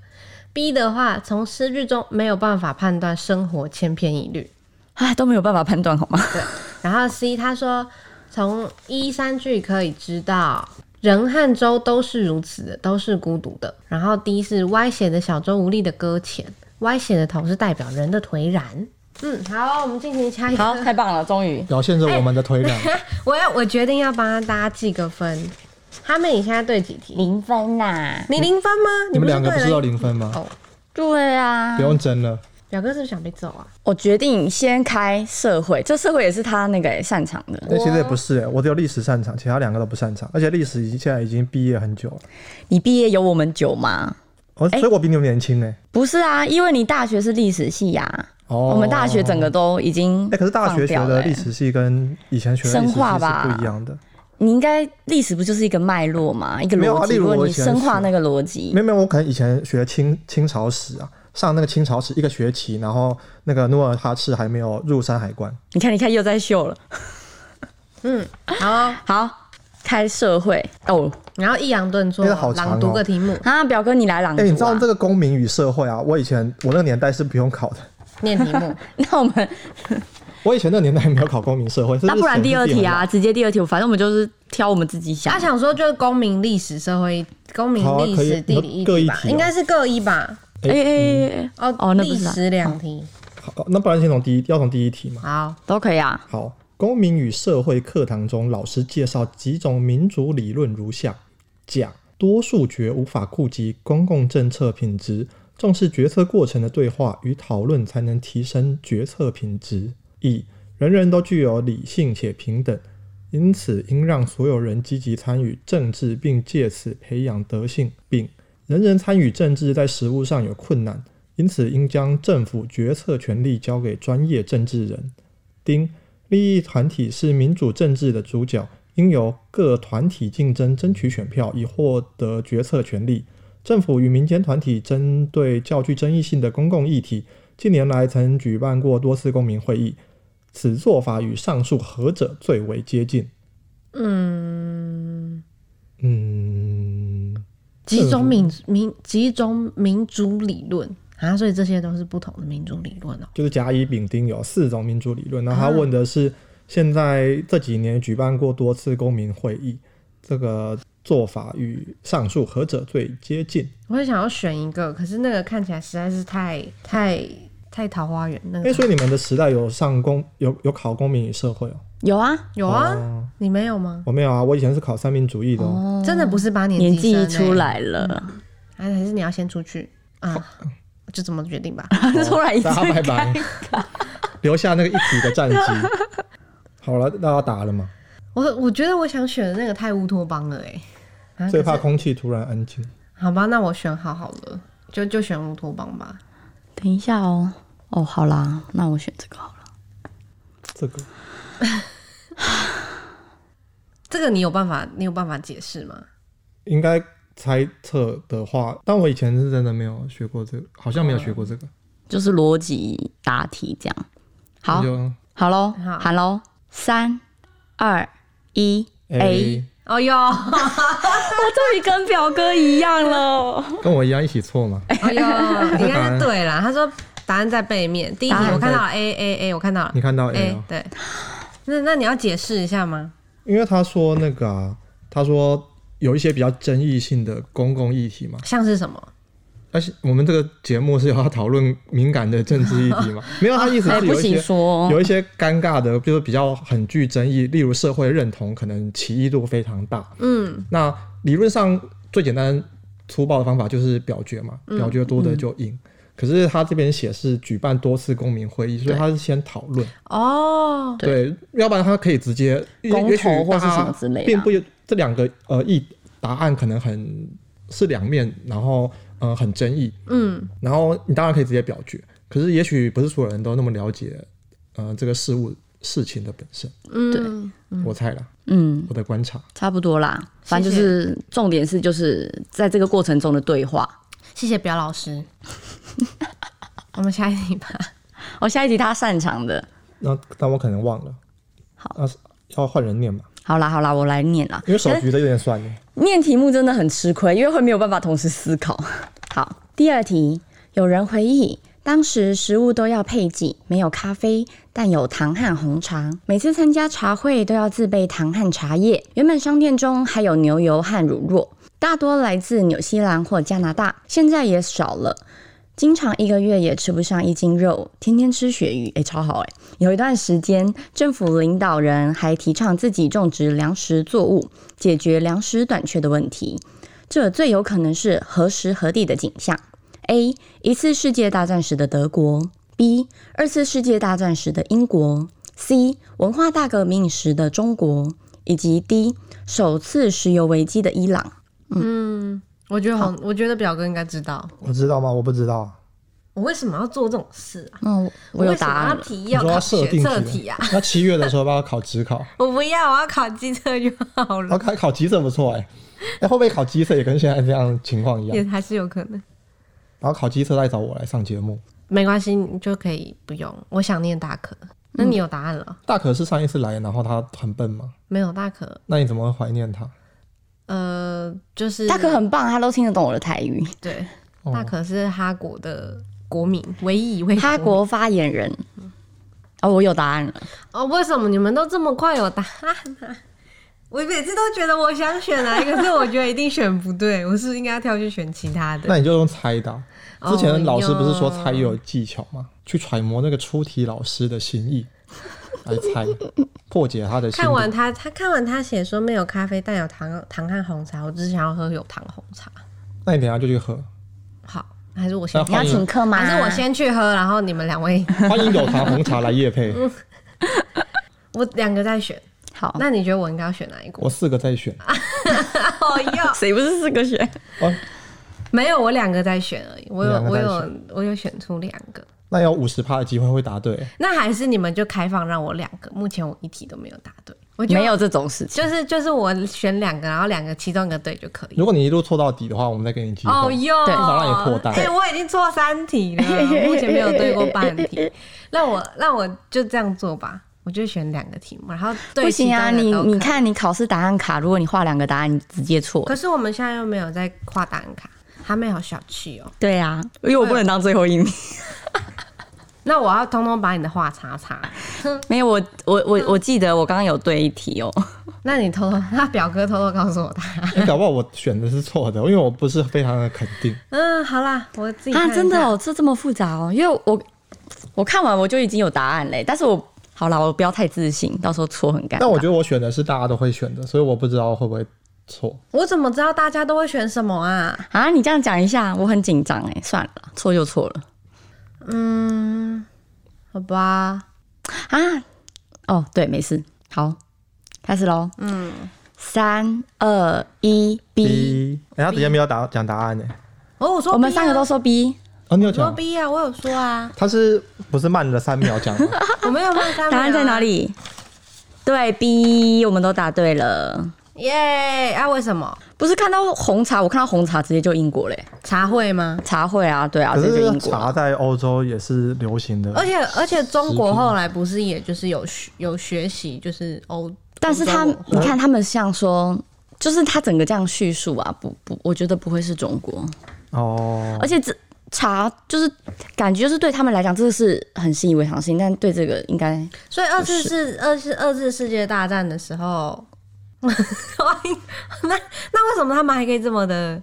[SPEAKER 2] B 的话，从诗句中没有办法判断生活千篇一律。
[SPEAKER 3] 哎，都没有办法判断好吗？
[SPEAKER 2] 对，然后 C 他说，从一三句可以知道，人和舟都是如此的，都是孤独的。然后 D 是歪斜的小舟无力的搁浅，歪斜的头是代表人的颓然。嗯，好，我们进行下一
[SPEAKER 3] 好，
[SPEAKER 2] 个。
[SPEAKER 3] 太棒了，终于
[SPEAKER 4] 表现着我们的推量。
[SPEAKER 2] 我要，我决定要帮大家记个分。他们，你现在对几 题？
[SPEAKER 3] 零分啦、
[SPEAKER 2] 你零分吗？
[SPEAKER 4] 你们两个
[SPEAKER 2] 不
[SPEAKER 4] 不
[SPEAKER 2] 是
[SPEAKER 4] 是
[SPEAKER 2] 对
[SPEAKER 4] 都
[SPEAKER 2] 了
[SPEAKER 4] 零分吗？
[SPEAKER 2] 哦
[SPEAKER 3] 对啊
[SPEAKER 4] 不，用争了。
[SPEAKER 2] 表哥是不是想被揍啊？
[SPEAKER 3] 我决定先开社会，这社会也是他那个、哎擅长的。
[SPEAKER 4] 那其实也不是、欸，我只有历史擅长，其他两个都不擅长。而且历史已经现在已经毕业很久了，
[SPEAKER 3] 你毕业有我们久吗？
[SPEAKER 4] 我、所以我比你们年轻哎、
[SPEAKER 3] 不是啊，因为你大学是历史系呀、
[SPEAKER 4] 哦
[SPEAKER 3] 我们大学整个都已经
[SPEAKER 4] 哎、可是大
[SPEAKER 3] 放
[SPEAKER 4] 学学
[SPEAKER 3] 掉了
[SPEAKER 4] 的
[SPEAKER 3] 欸
[SPEAKER 4] 历，史系跟以前学的历史
[SPEAKER 3] 生
[SPEAKER 4] 系
[SPEAKER 3] 化吧
[SPEAKER 4] 是不一样的。
[SPEAKER 3] 你应该历史不就是一个脉络嘛，一个
[SPEAKER 4] 没
[SPEAKER 3] 逻
[SPEAKER 4] 有啊
[SPEAKER 3] 辑，
[SPEAKER 4] 例如
[SPEAKER 3] 如果
[SPEAKER 4] 我
[SPEAKER 3] 你
[SPEAKER 4] 以前是
[SPEAKER 3] 深化那个逻辑
[SPEAKER 4] 没，有没有，我可能以前学清清朝史啊，上那个清朝史一个学期，然后那个努尔哈赤还没有入山海关。
[SPEAKER 3] 你看，你看又在秀了。
[SPEAKER 2] 好哦，
[SPEAKER 3] 好，开社会哦
[SPEAKER 2] 然后抑扬顿挫
[SPEAKER 4] 哎，好长哦
[SPEAKER 2] 朗读个题目，
[SPEAKER 3] 啊，表哥你来朗读、
[SPEAKER 4] 哎、
[SPEAKER 3] 啊
[SPEAKER 4] 你知道这个公民与社会啊？我以前我那个年代是不用考的，
[SPEAKER 2] 念题目。
[SPEAKER 3] 那我们
[SPEAKER 4] 我以前那个年代没有考公民社会。
[SPEAKER 3] 那不然第二题啊，
[SPEAKER 4] 是
[SPEAKER 3] 直接第二题，反正我们就是挑我们自己想
[SPEAKER 4] 啊
[SPEAKER 2] 他。想说就是公民历史、社会、公民
[SPEAKER 4] 好啊
[SPEAKER 2] 历
[SPEAKER 4] 可以
[SPEAKER 2] 史、地理
[SPEAKER 4] 各
[SPEAKER 2] 题
[SPEAKER 4] 一
[SPEAKER 2] 吧，
[SPEAKER 4] 题哦
[SPEAKER 2] 应该是各一吧？
[SPEAKER 3] 哎哎哎
[SPEAKER 4] 嗯
[SPEAKER 3] 哎，
[SPEAKER 2] 哦
[SPEAKER 3] 哦那不
[SPEAKER 2] 历
[SPEAKER 3] 是啊嗯
[SPEAKER 2] 史两题，
[SPEAKER 4] 好，那不然先从第一，要从第一题嘛。
[SPEAKER 2] 好，
[SPEAKER 3] 都可以啊。
[SPEAKER 4] 好，公民与社会课堂中，老师介绍几种民主理论如下：甲，多数决无法顾及公共政策品质，重视决策过程的对话与讨论，才能提升决策品质；乙，人人都具有理性且平等，因此应让所有人积极参与政治，并借此培养德性；丙，人人参与政治在实务上有困难，因此应将政府决策权力交给专业政治人。丁，利益团体是民主政治的主角，应由各团体竞争争取选票，以获得决策权利。政府与民间团体针对较具争议性的公共议题，近年来曾举办过多次公民会议，此做法与上述何者最为接近？
[SPEAKER 2] 嗯，
[SPEAKER 4] 嗯，
[SPEAKER 2] 几种民民几种民主理论啊，所以这些都是不同的民主理论哦。
[SPEAKER 4] 就是甲乙丙丁有四种民主理论，那他问的是现在这几年举办过多次公民会议，这个做法与上述何者最接近？
[SPEAKER 2] 我也想要选一个，可是那个看起来实在是太太太桃花源那
[SPEAKER 4] 哎、
[SPEAKER 2] 个
[SPEAKER 4] 所以你们的时代有上公有有考公民与社会哦、
[SPEAKER 3] 有啊，
[SPEAKER 2] 有啊，
[SPEAKER 4] 哦
[SPEAKER 2] 你没有吗？
[SPEAKER 4] 我没有啊，我以前是考三民主义的、哦。
[SPEAKER 2] 真的不是八年
[SPEAKER 3] 年
[SPEAKER 2] 级生
[SPEAKER 3] 纪
[SPEAKER 2] 欸
[SPEAKER 3] 出，来了，
[SPEAKER 2] 还还是你要先出去啊？就这么决定吧。
[SPEAKER 3] 突然一次
[SPEAKER 4] 大家拜拜， 留下那个一体的战绩。好了，大家打了嘛，
[SPEAKER 2] 我我觉得我想选的那个太乌托邦了哎、欸，啊
[SPEAKER 4] 最
[SPEAKER 2] 可
[SPEAKER 4] 怕
[SPEAKER 2] 是
[SPEAKER 4] 空气突然安静。
[SPEAKER 2] 好吧，那我选好好了，就就选乌托邦吧。
[SPEAKER 3] 等一下哦，哦，好啦，那我选这个好了。
[SPEAKER 4] 这个
[SPEAKER 2] 这个你有办法，你有办法解释吗？
[SPEAKER 4] 应该猜测的话，但我以前是真的没有学过这个，好像没有学过这个。
[SPEAKER 3] 就是逻辑答题这样。好
[SPEAKER 4] 那，就
[SPEAKER 3] 好喽
[SPEAKER 2] 好，
[SPEAKER 3] 喊喽，三二一
[SPEAKER 4] A
[SPEAKER 2] 哦 哟，哦
[SPEAKER 3] 我终于跟表哥一样 了。
[SPEAKER 4] 跟我一样一起错嘛。
[SPEAKER 2] 哎哟，哦应该是对啦。他说答案在背面，第一题
[SPEAKER 4] 答案
[SPEAKER 2] 我看到
[SPEAKER 4] 在
[SPEAKER 2] 了 A A A，我看到了
[SPEAKER 4] 你看到 A
[SPEAKER 2] 哎
[SPEAKER 4] 了，，
[SPEAKER 2] 对。那那你要解释一下吗？
[SPEAKER 4] 因为他说那个啊，他说有一些比较争议性的公共议题嘛，
[SPEAKER 2] 像是什么？
[SPEAKER 4] 而且我们这个节目是有要讨论敏感的政治议题 嘛，没有他意思
[SPEAKER 3] 哎，
[SPEAKER 4] 是
[SPEAKER 3] 不
[SPEAKER 4] 有一
[SPEAKER 3] 行
[SPEAKER 4] 些。
[SPEAKER 3] 说，
[SPEAKER 4] 有一些尴尬的，就是比较很具争议，例如社会认同可能歧义度非常大。
[SPEAKER 2] 嗯，
[SPEAKER 4] 那理论上最简单粗暴的方法就是表决嘛，
[SPEAKER 3] 嗯
[SPEAKER 4] 表决多的就赢。可是他这边写是举办多次公民会议，所以他是先讨论，
[SPEAKER 2] 哦，
[SPEAKER 4] 对，要不然他可以直接也
[SPEAKER 3] 公投
[SPEAKER 4] 也许
[SPEAKER 3] 或是
[SPEAKER 4] 大家
[SPEAKER 3] 什么之类的啊
[SPEAKER 4] 并不这两个呃议答案可能很是两面，然后呃很争议，
[SPEAKER 2] 嗯，
[SPEAKER 4] 然后你当然可以直接表决，可是也许不是所有人都那么了解，呃，这个事物事情的本身。
[SPEAKER 2] 嗯，
[SPEAKER 4] 我猜啦，
[SPEAKER 3] 嗯，
[SPEAKER 4] 我的观察，
[SPEAKER 3] 差不多啦。反正就是重点是，就是在这个过程中的对话。
[SPEAKER 2] 谢谢表老 师。我们下一题吧。
[SPEAKER 3] 哦，下一题他擅长的。
[SPEAKER 4] 那但我可能忘了。
[SPEAKER 3] 好
[SPEAKER 4] 那是要换人念嘛，
[SPEAKER 3] 好啦好啦，我来念啦。
[SPEAKER 4] 因为手举的有点酸耶。
[SPEAKER 3] 念题目真的很吃亏，因为会没有办法同时思考。好，第二题，有人回忆。当时食物都要配给，没有咖啡，但有糖和红茶。每次参加茶会都要自备糖和茶叶。原本商店中还有牛油和乳酪，大多来自纽西兰或加拿大，现在也少了。经常一个月也吃不上一斤肉，天天吃鳕鱼，诶，超好诶。有一段时间，政府领导人还提倡自己种植粮食作物，解决粮食短缺的问题。这最有可能是何时何地的景象：A. 一次世界大战时的德国；B. 二次世界大战时的英国；C. 文化大革命时的中国，以及 D. 首次石油危机的伊朗。
[SPEAKER 2] 我觉得好，我觉得表哥应该知道
[SPEAKER 4] 我知道吗？我不知道。啊
[SPEAKER 2] 我为什么要做这种事啊？
[SPEAKER 3] 嗯，我有
[SPEAKER 2] 为什
[SPEAKER 3] 答案
[SPEAKER 2] 么要
[SPEAKER 3] 了。
[SPEAKER 2] 提
[SPEAKER 4] 你
[SPEAKER 2] 要
[SPEAKER 4] 说
[SPEAKER 2] 考
[SPEAKER 4] 要设
[SPEAKER 2] 学
[SPEAKER 4] 定
[SPEAKER 2] 测
[SPEAKER 4] 题
[SPEAKER 2] 题啊？，
[SPEAKER 4] 那七月的时候帮他考职考，
[SPEAKER 2] 我不要，我要考机测就好了
[SPEAKER 4] 然后。考考机测不错哎、哎、会不会考机测也跟现在这样情况一样
[SPEAKER 2] 也？还是有可能。
[SPEAKER 4] 然后考机测再找我来上节目。
[SPEAKER 2] 没关系，你就可以不用。我想念大可，那你有答案了？
[SPEAKER 4] 大可是上一次来，然后他很笨嘛，
[SPEAKER 2] 没有大可，
[SPEAKER 4] 那你怎么会怀念他？
[SPEAKER 2] 呃，就是
[SPEAKER 3] 大可很棒，他都听得懂我的台语。
[SPEAKER 2] 对，
[SPEAKER 4] 哦
[SPEAKER 2] 大可是哈国的国民，唯一一位
[SPEAKER 3] 他
[SPEAKER 2] 民
[SPEAKER 3] 国发言人。哎哦，我有答案了。
[SPEAKER 2] 哦。为什么你们都这么快有答案呢、 我每次都觉得我想选哪一个，可是我觉得一定选不对，我是不是应该跳去选其他的？
[SPEAKER 4] 那你就用猜的啊。
[SPEAKER 2] 哦
[SPEAKER 4] 之前老师不是
[SPEAKER 2] 哟
[SPEAKER 4] 说猜也有技巧吗？去揣摩那个出题老师的心意来 猜，破解他的心
[SPEAKER 2] 看完
[SPEAKER 4] 理。
[SPEAKER 2] 他，他看完他写说没有咖啡，但有糖糖和红茶，我只想要喝有糖红茶。
[SPEAKER 4] 那你等一下就去喝。
[SPEAKER 2] 好，还是我先
[SPEAKER 4] 那
[SPEAKER 2] 去
[SPEAKER 3] 你要
[SPEAKER 4] 欢迎
[SPEAKER 3] 请客吗？
[SPEAKER 2] 还是我先去喝，然后你们两位，
[SPEAKER 4] 欢迎有糖红茶来夜配，
[SPEAKER 2] 嗯我两个再选。
[SPEAKER 3] 好。
[SPEAKER 2] 那你觉得我应该要选哪一
[SPEAKER 4] 我
[SPEAKER 2] 国？
[SPEAKER 4] 四个再选。
[SPEAKER 2] 哦哟，
[SPEAKER 3] 谁不是四个选？
[SPEAKER 4] 哦，
[SPEAKER 2] 没有，我两个在选而已。我有
[SPEAKER 4] 两，个
[SPEAKER 2] 我
[SPEAKER 4] 在选
[SPEAKER 2] 有，我有选出两个。
[SPEAKER 4] 那有五十趴的机会会答对。
[SPEAKER 2] 那还是你们就开放让我两个，目前我一题都没有答对。我就
[SPEAKER 3] 没有这种事情。
[SPEAKER 2] 就是就是我选两个，然后两个其中一个对就可以。
[SPEAKER 4] 如果你一路错到底的话，我们再给你机会。
[SPEAKER 2] 哦哟，
[SPEAKER 4] 至少让你破蛋
[SPEAKER 2] 哎、我已经错三题了，目前没有对过半 题。让我让我就这样做吧，我就选两个题目，然后对
[SPEAKER 3] 不行啊，
[SPEAKER 2] 其中
[SPEAKER 3] 你
[SPEAKER 2] 一个都可以
[SPEAKER 3] 你。看你考试答案卡，如果你画两个答案，你直接错。
[SPEAKER 2] 可是我们现在又没有在跨答案卡，他们好小气哦。
[SPEAKER 3] 对啊，因为我不能当最后一名。
[SPEAKER 2] 那我要通通把你的话查查，
[SPEAKER 3] 没有，我我我我记得我刚刚有对一题哦。
[SPEAKER 2] 那你偷偷，他表哥偷偷告诉我答案。
[SPEAKER 4] 哎、搞不好我选的是错的，因为我不是非常的肯定。
[SPEAKER 2] 嗯，好啦，我自己看
[SPEAKER 3] 啊，
[SPEAKER 2] 一下
[SPEAKER 3] 真的哦，这这么复杂哦，因为我我看完我就已经有答案欸嘞，但是我好啦，我不要太自信，到时候错很尴尬。
[SPEAKER 4] 但我觉得我选的是大家都会选的，所以我不知道会不会 错。
[SPEAKER 2] 我怎么知道大家都会选什么啊？
[SPEAKER 3] 啊，你这样讲一下，我很紧张哎，算了啦，错就错了
[SPEAKER 2] 嗯，好吧，
[SPEAKER 3] 啊。哦，对，没事，好，开始喽。嗯，三二一，B，
[SPEAKER 4] B，哎、他直接没有答讲答案呢、
[SPEAKER 2] 哦，我说、
[SPEAKER 3] 我们三个都说 B，
[SPEAKER 4] 哦，你有
[SPEAKER 2] 我说
[SPEAKER 4] 讲？
[SPEAKER 2] B 啊，我有说 啊，
[SPEAKER 4] 他是不是慢了三秒讲吗？
[SPEAKER 2] 我没有放三、啊
[SPEAKER 3] 答案在哪？里？对，B，我们都答对了。
[SPEAKER 2] 耶、啊，为什么？
[SPEAKER 3] 不是看到红茶，我看到红茶直接就英国嘞，
[SPEAKER 2] 茶会吗？
[SPEAKER 3] 茶会啊，对啊，
[SPEAKER 4] 可
[SPEAKER 3] 直接就是英国啊。
[SPEAKER 4] 茶在欧洲也是流行的，
[SPEAKER 2] 而且而且，中国后来不是也就是有学有学习，就是欧，
[SPEAKER 3] 但是他，
[SPEAKER 2] 欧洲文
[SPEAKER 3] 你看他们像说，就是他整个这样叙述啊，不不，我觉得不会是中国，
[SPEAKER 4] 哦
[SPEAKER 3] 而，且这茶就是感觉就是对他们来讲，这个是很习以为常的事情，但对这个应该
[SPEAKER 2] 所以二次世二次二次世界大战的时候， 那那为什么他们还可以这么的，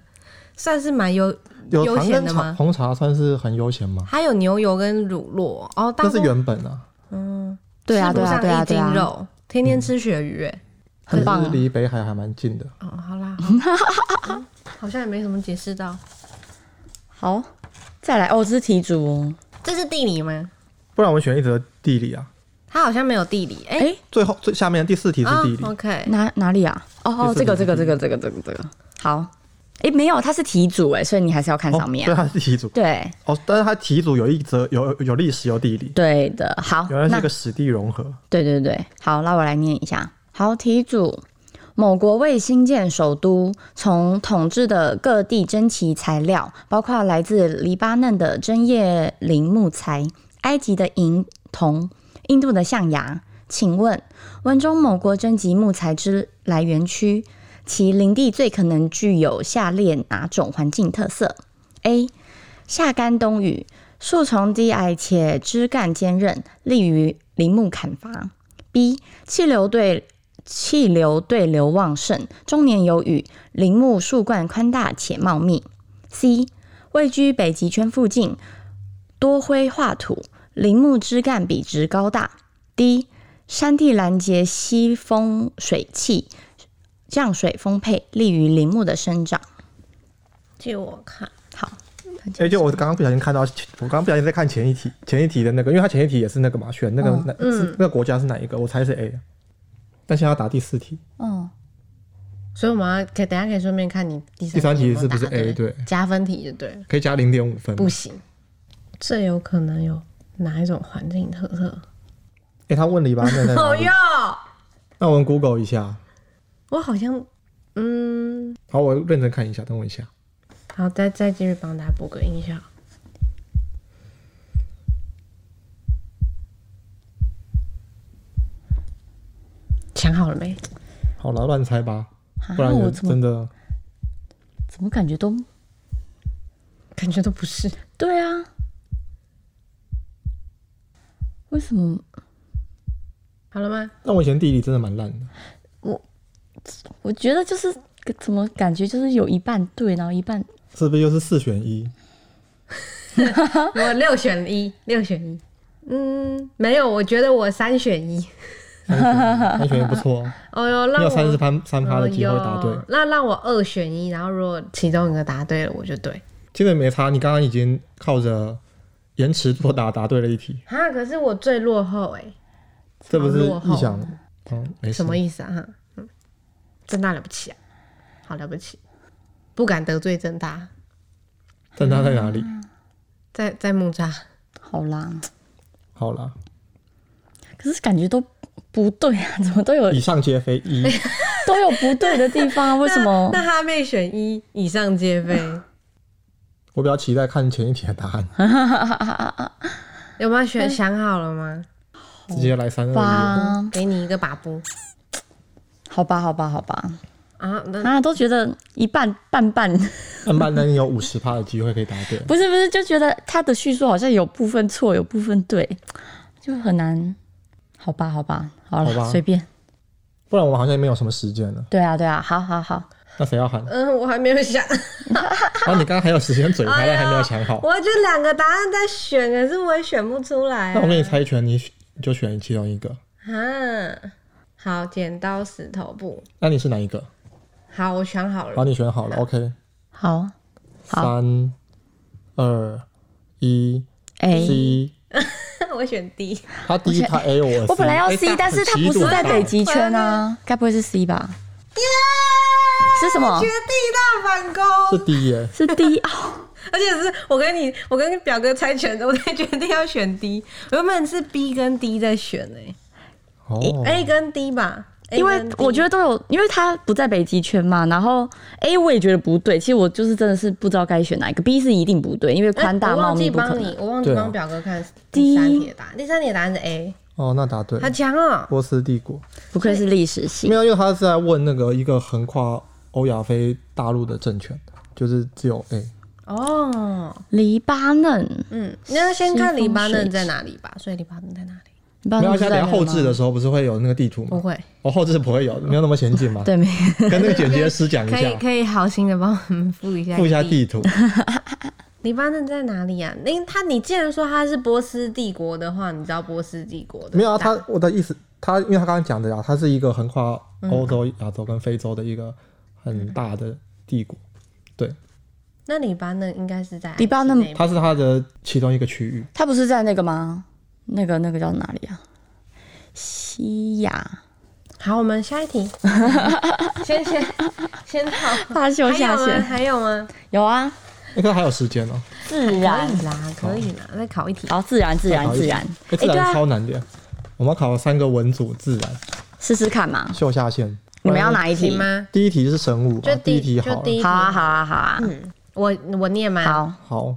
[SPEAKER 2] 算是蛮优
[SPEAKER 4] 有
[SPEAKER 2] 悠
[SPEAKER 4] 糖
[SPEAKER 2] 闲
[SPEAKER 4] 跟
[SPEAKER 2] 的
[SPEAKER 4] 茶
[SPEAKER 2] 吗
[SPEAKER 4] 红茶算是很悠闲吗？
[SPEAKER 2] 还有牛油跟乳酪哦，大部
[SPEAKER 4] 那是
[SPEAKER 2] 分
[SPEAKER 4] 原本啊，
[SPEAKER 3] 对啊，
[SPEAKER 2] 吃
[SPEAKER 3] 对
[SPEAKER 2] 不
[SPEAKER 3] 啊，对
[SPEAKER 2] 上
[SPEAKER 3] 啊，
[SPEAKER 2] 一
[SPEAKER 3] 对
[SPEAKER 2] 斤
[SPEAKER 3] 啊，
[SPEAKER 2] 肉，天天吃鳕鱼、欸，
[SPEAKER 3] 很棒啊
[SPEAKER 4] 可是离北海还蛮近的。
[SPEAKER 2] 哦，好啦， 嗯好像也没什么解释到，
[SPEAKER 3] 好，再来哦，这是题主哦，
[SPEAKER 2] 这是地理吗？
[SPEAKER 4] 不然我们选一则地理啊，
[SPEAKER 2] 他好像没有地理，哎、
[SPEAKER 3] 哎
[SPEAKER 4] 最后最下面的第四题是
[SPEAKER 2] 啊
[SPEAKER 4] 地理，
[SPEAKER 2] ，OK，
[SPEAKER 3] 哪哪里啊？哦哦，
[SPEAKER 4] 第
[SPEAKER 3] 这
[SPEAKER 4] 四题
[SPEAKER 3] 个这个这个这个这个这个，好，诶，没有，它是题主哎，所以你还是要看
[SPEAKER 4] 哦
[SPEAKER 3] 上面
[SPEAKER 4] 对，
[SPEAKER 3] 啊，
[SPEAKER 4] 它是题组
[SPEAKER 3] 对
[SPEAKER 4] 哦，但是它题组有一则有有有历史有地理，
[SPEAKER 3] 对的，好，
[SPEAKER 4] 原来
[SPEAKER 3] 那
[SPEAKER 4] 是一个史地融合。
[SPEAKER 3] 对对对，好，那我来念一下。好，题主：某国为新建首都，从统治的各地征集材料，包括来自黎巴嫩的针叶林木材、埃及的银铜、印度的象牙。请问，文中某国征集木材之来源区，其林地最可能具有下列哪种环境特色？A. 夏干冬雨，树丛低矮且枝干坚韧，利于林木砍伐。B. 气流对气流对流旺盛，终年有雨，林木树冠宽大且茂密。C. 位居北极圈附近，多灰化土，林木枝干笔直高大。D. 山地拦截西风水汽，降水丰沛，利于林木的生长。
[SPEAKER 2] 借我看，
[SPEAKER 3] 好，
[SPEAKER 4] 而哎且我刚刚不小心看到，我刚刚不小心在看前一题，前一题的那个，因为它前一题也是那个嘛，选那个
[SPEAKER 3] 哦
[SPEAKER 4] 哪、
[SPEAKER 3] 嗯
[SPEAKER 4] 是那个国家是哪一个？我猜是 A，但现在要答第四题，
[SPEAKER 3] 哦，
[SPEAKER 2] 所以我们要可以等一下可以顺便看你第
[SPEAKER 4] 第三
[SPEAKER 2] 题
[SPEAKER 4] 题
[SPEAKER 2] 有没有
[SPEAKER 4] 是不是
[SPEAKER 2] 答
[SPEAKER 4] A？
[SPEAKER 2] 对，
[SPEAKER 4] 对，
[SPEAKER 2] 加分题就对了，
[SPEAKER 4] 可以加零点五分。
[SPEAKER 2] 不行，这有可能有哪一种环境特色？
[SPEAKER 4] 哎、他问黎巴 嫩在哪
[SPEAKER 2] 哦
[SPEAKER 4] 里
[SPEAKER 2] 哟，，
[SPEAKER 4] 那我们 Google 一下。
[SPEAKER 2] 我好像，嗯，
[SPEAKER 4] 好，我认真看一下，等我一下。
[SPEAKER 2] 好，再再继续帮大家补个音效。想好了没？
[SPEAKER 4] 好了，乱猜吧，不
[SPEAKER 3] 啊
[SPEAKER 4] 然
[SPEAKER 3] 我
[SPEAKER 4] 有
[SPEAKER 3] 怎么
[SPEAKER 4] 真的
[SPEAKER 3] 怎么感觉都
[SPEAKER 2] 感觉都不是。
[SPEAKER 3] 对啊，为什么
[SPEAKER 2] 好了吗？
[SPEAKER 4] 那我以前地理真的蛮烂的，
[SPEAKER 3] 我觉得就是怎么感觉就是有一半对，然后一半
[SPEAKER 4] 是不是又是四选一？
[SPEAKER 2] 我六选一，六选一。嗯，没有，我觉得我三选一。
[SPEAKER 4] 三选一，三选一不错 哦，
[SPEAKER 2] 哦哟，
[SPEAKER 4] 你
[SPEAKER 2] 让
[SPEAKER 4] 有
[SPEAKER 2] 我
[SPEAKER 4] 三十三三趴的机会答对
[SPEAKER 2] 哦。哟那让我二选一，然后如果其中一个答对了，我就对。
[SPEAKER 4] 其实没差，你刚刚已经靠着延迟作答答对了一题，
[SPEAKER 2] 啊，可是我最落后哎、
[SPEAKER 4] 这不是
[SPEAKER 2] 落后
[SPEAKER 4] 臆想？嗯，没事。
[SPEAKER 2] 什么意思啊？哈，嗯，正大了不起啊，好了不起，不敢得罪正大，
[SPEAKER 4] 但它在哪里？
[SPEAKER 2] 在在木栅。
[SPEAKER 3] 好啦，
[SPEAKER 4] 好啦，
[SPEAKER 3] 可是感觉都不对啊，怎么都 有
[SPEAKER 4] 以上皆非
[SPEAKER 3] 哎
[SPEAKER 4] 一，
[SPEAKER 3] 都有不对的地方啊？为什么
[SPEAKER 2] 那？那哈妹选一，以上皆 非。
[SPEAKER 4] 我比较期待看前一题的答案，
[SPEAKER 2] 有没有选想好了吗？
[SPEAKER 4] 直接来三二
[SPEAKER 3] 吧，
[SPEAKER 2] 给你一个把布
[SPEAKER 3] 好吧，好吧，好吧，
[SPEAKER 2] 啊，那
[SPEAKER 3] 啊，都觉得一半半半，
[SPEAKER 4] 一，慢慢的你有五十趴的机会可以答对。
[SPEAKER 3] 不是不是，就觉得他的叙述好像有部分错，有部分对，就很难。好吧，好吧，好
[SPEAKER 4] 好吧
[SPEAKER 3] 了，随便。
[SPEAKER 4] 不然我们好像也没有什么时间了。
[SPEAKER 3] 对啊，对啊，好好好，
[SPEAKER 4] 那谁 要喊？
[SPEAKER 2] 嗯，我还没有想，
[SPEAKER 4] 然后你刚刚还有时间嘴牌，但还没有想
[SPEAKER 3] 啊
[SPEAKER 4] 好。
[SPEAKER 2] 我就两个答案在选，可是我也选不出来
[SPEAKER 4] 那我
[SPEAKER 2] 啊
[SPEAKER 4] 给你猜拳，你你就选其中一个。
[SPEAKER 2] 啊。好，剪刀石头布。
[SPEAKER 4] 那你是哪一个？
[SPEAKER 2] 好，我选好了
[SPEAKER 4] 好，。你选好了，OK。
[SPEAKER 3] 好，好
[SPEAKER 4] 三、二、一
[SPEAKER 3] 哎、
[SPEAKER 4] ，C。
[SPEAKER 2] 我选 D，
[SPEAKER 4] 他第一他 A，我 C
[SPEAKER 3] 我本来要
[SPEAKER 4] 哎
[SPEAKER 3] C，、
[SPEAKER 4] 大
[SPEAKER 3] 但是它不是在北极圈啊，该不会是 C 吧？是什么？
[SPEAKER 2] 地大反攻，
[SPEAKER 4] 是 D 耶。
[SPEAKER 3] 是 D 啊、
[SPEAKER 2] 而且是我跟你，我跟表哥猜拳的，我才决定要选 D。我原本是 B 跟 D 在选呢、
[SPEAKER 4] 哦，
[SPEAKER 3] 哎
[SPEAKER 2] a 跟 D 吧，
[SPEAKER 3] 因为我觉
[SPEAKER 2] 得
[SPEAKER 3] 得都有，因为它不在北极圈嘛。然后 A 我也觉得不对，其实我就是真的是不知道该选哪一个。B 是一定不对，因为宽大
[SPEAKER 2] 哎我
[SPEAKER 3] 茂
[SPEAKER 2] 忘
[SPEAKER 3] 密
[SPEAKER 2] 记
[SPEAKER 3] 不可
[SPEAKER 2] 帮
[SPEAKER 3] 能。
[SPEAKER 2] 你，我忘记
[SPEAKER 4] 对啊
[SPEAKER 2] 帮表哥看第三题的答案，第三题的答案是 A，
[SPEAKER 4] 哦，那答对了
[SPEAKER 2] 好。强哦、
[SPEAKER 4] 波斯帝国
[SPEAKER 3] 不愧是历史系
[SPEAKER 4] 没，有，因为他是在问那个一个横跨欧亚非大陆的政权，就是只有哎 A。
[SPEAKER 2] 哦，
[SPEAKER 3] 黎巴嫩，
[SPEAKER 2] 嗯，那先看黎巴嫩在哪里吧，所以黎巴嫩在哪里？
[SPEAKER 3] 黎巴
[SPEAKER 4] 没
[SPEAKER 3] 嫩
[SPEAKER 4] 有，
[SPEAKER 3] 不是
[SPEAKER 4] 现在
[SPEAKER 3] 在
[SPEAKER 4] 等下后置
[SPEAKER 3] 那
[SPEAKER 4] 的
[SPEAKER 3] 吗。
[SPEAKER 4] 时候不是会有那个地图
[SPEAKER 2] 不
[SPEAKER 4] 吗？
[SPEAKER 2] 会，
[SPEAKER 4] 哦，后置不会有，没有那么先进嘛。
[SPEAKER 3] 对，没
[SPEAKER 4] 跟那个剪接师讲一
[SPEAKER 2] 可以
[SPEAKER 4] 下，
[SPEAKER 2] 可以好心的帮我们附一下
[SPEAKER 4] 附一下地图。
[SPEAKER 2] 黎巴嫩在哪里啊？那他你既然说他是波斯帝国的话，你知道波斯帝国的
[SPEAKER 4] 没有啊，
[SPEAKER 2] 大
[SPEAKER 4] 他我的意思，他因为他刚刚讲的啊，它是一个横跨
[SPEAKER 3] 嗯
[SPEAKER 4] 欧洲、亚洲跟非洲的一个很大的帝国，
[SPEAKER 2] 那黎巴嫩应该是在
[SPEAKER 3] 黎巴嫩
[SPEAKER 2] 埃及内部
[SPEAKER 4] 它是它的其中一个区域。
[SPEAKER 3] 它不是在那个吗？那个那个叫哪里啊？西亚，
[SPEAKER 2] 好，我们下一 题，先先先好，
[SPEAKER 3] 大秀下
[SPEAKER 2] 还有吗？
[SPEAKER 3] 线
[SPEAKER 2] 还有吗？
[SPEAKER 3] 有啊，
[SPEAKER 4] 那个还有时间哦，
[SPEAKER 3] 自然
[SPEAKER 2] 可，以啦，可以啦，再考一题。
[SPEAKER 3] 好，自然自然
[SPEAKER 4] 考一
[SPEAKER 3] 自
[SPEAKER 4] 题
[SPEAKER 3] 然，
[SPEAKER 4] 哎自
[SPEAKER 3] 对
[SPEAKER 4] 然
[SPEAKER 3] 啊
[SPEAKER 4] 超难的耶。我们考了三个文组自然，
[SPEAKER 3] 试试看嘛。
[SPEAKER 4] 秀下限。
[SPEAKER 3] 你们要？哪一题
[SPEAKER 2] 行？吗？
[SPEAKER 4] 第一题是神武嘛，
[SPEAKER 2] 就
[SPEAKER 4] 第一题
[SPEAKER 2] 就
[SPEAKER 4] 好
[SPEAKER 2] 第
[SPEAKER 4] 了。
[SPEAKER 2] 一题
[SPEAKER 3] 好啊，好啊，好啊，
[SPEAKER 2] 我我念吗？
[SPEAKER 3] 好。
[SPEAKER 4] 好，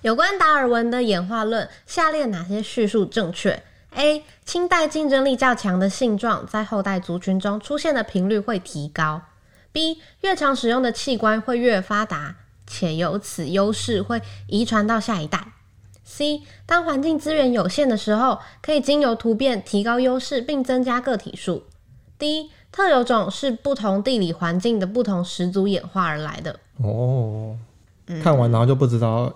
[SPEAKER 2] 有关达尔文的演化论，下列哪些叙述正确？A. 清代竞争力较强的性状在后代族群中出现的频率会提高。B. 越常使用的器官会越发达，且由此优势会遗传到下一代。C. 当环境资源有限的时候，可以经由突变提高优势，并增加个体数。D. 特有种是不同地理环境的不同始祖演化而来的。
[SPEAKER 4] 哦，看完然后就不知道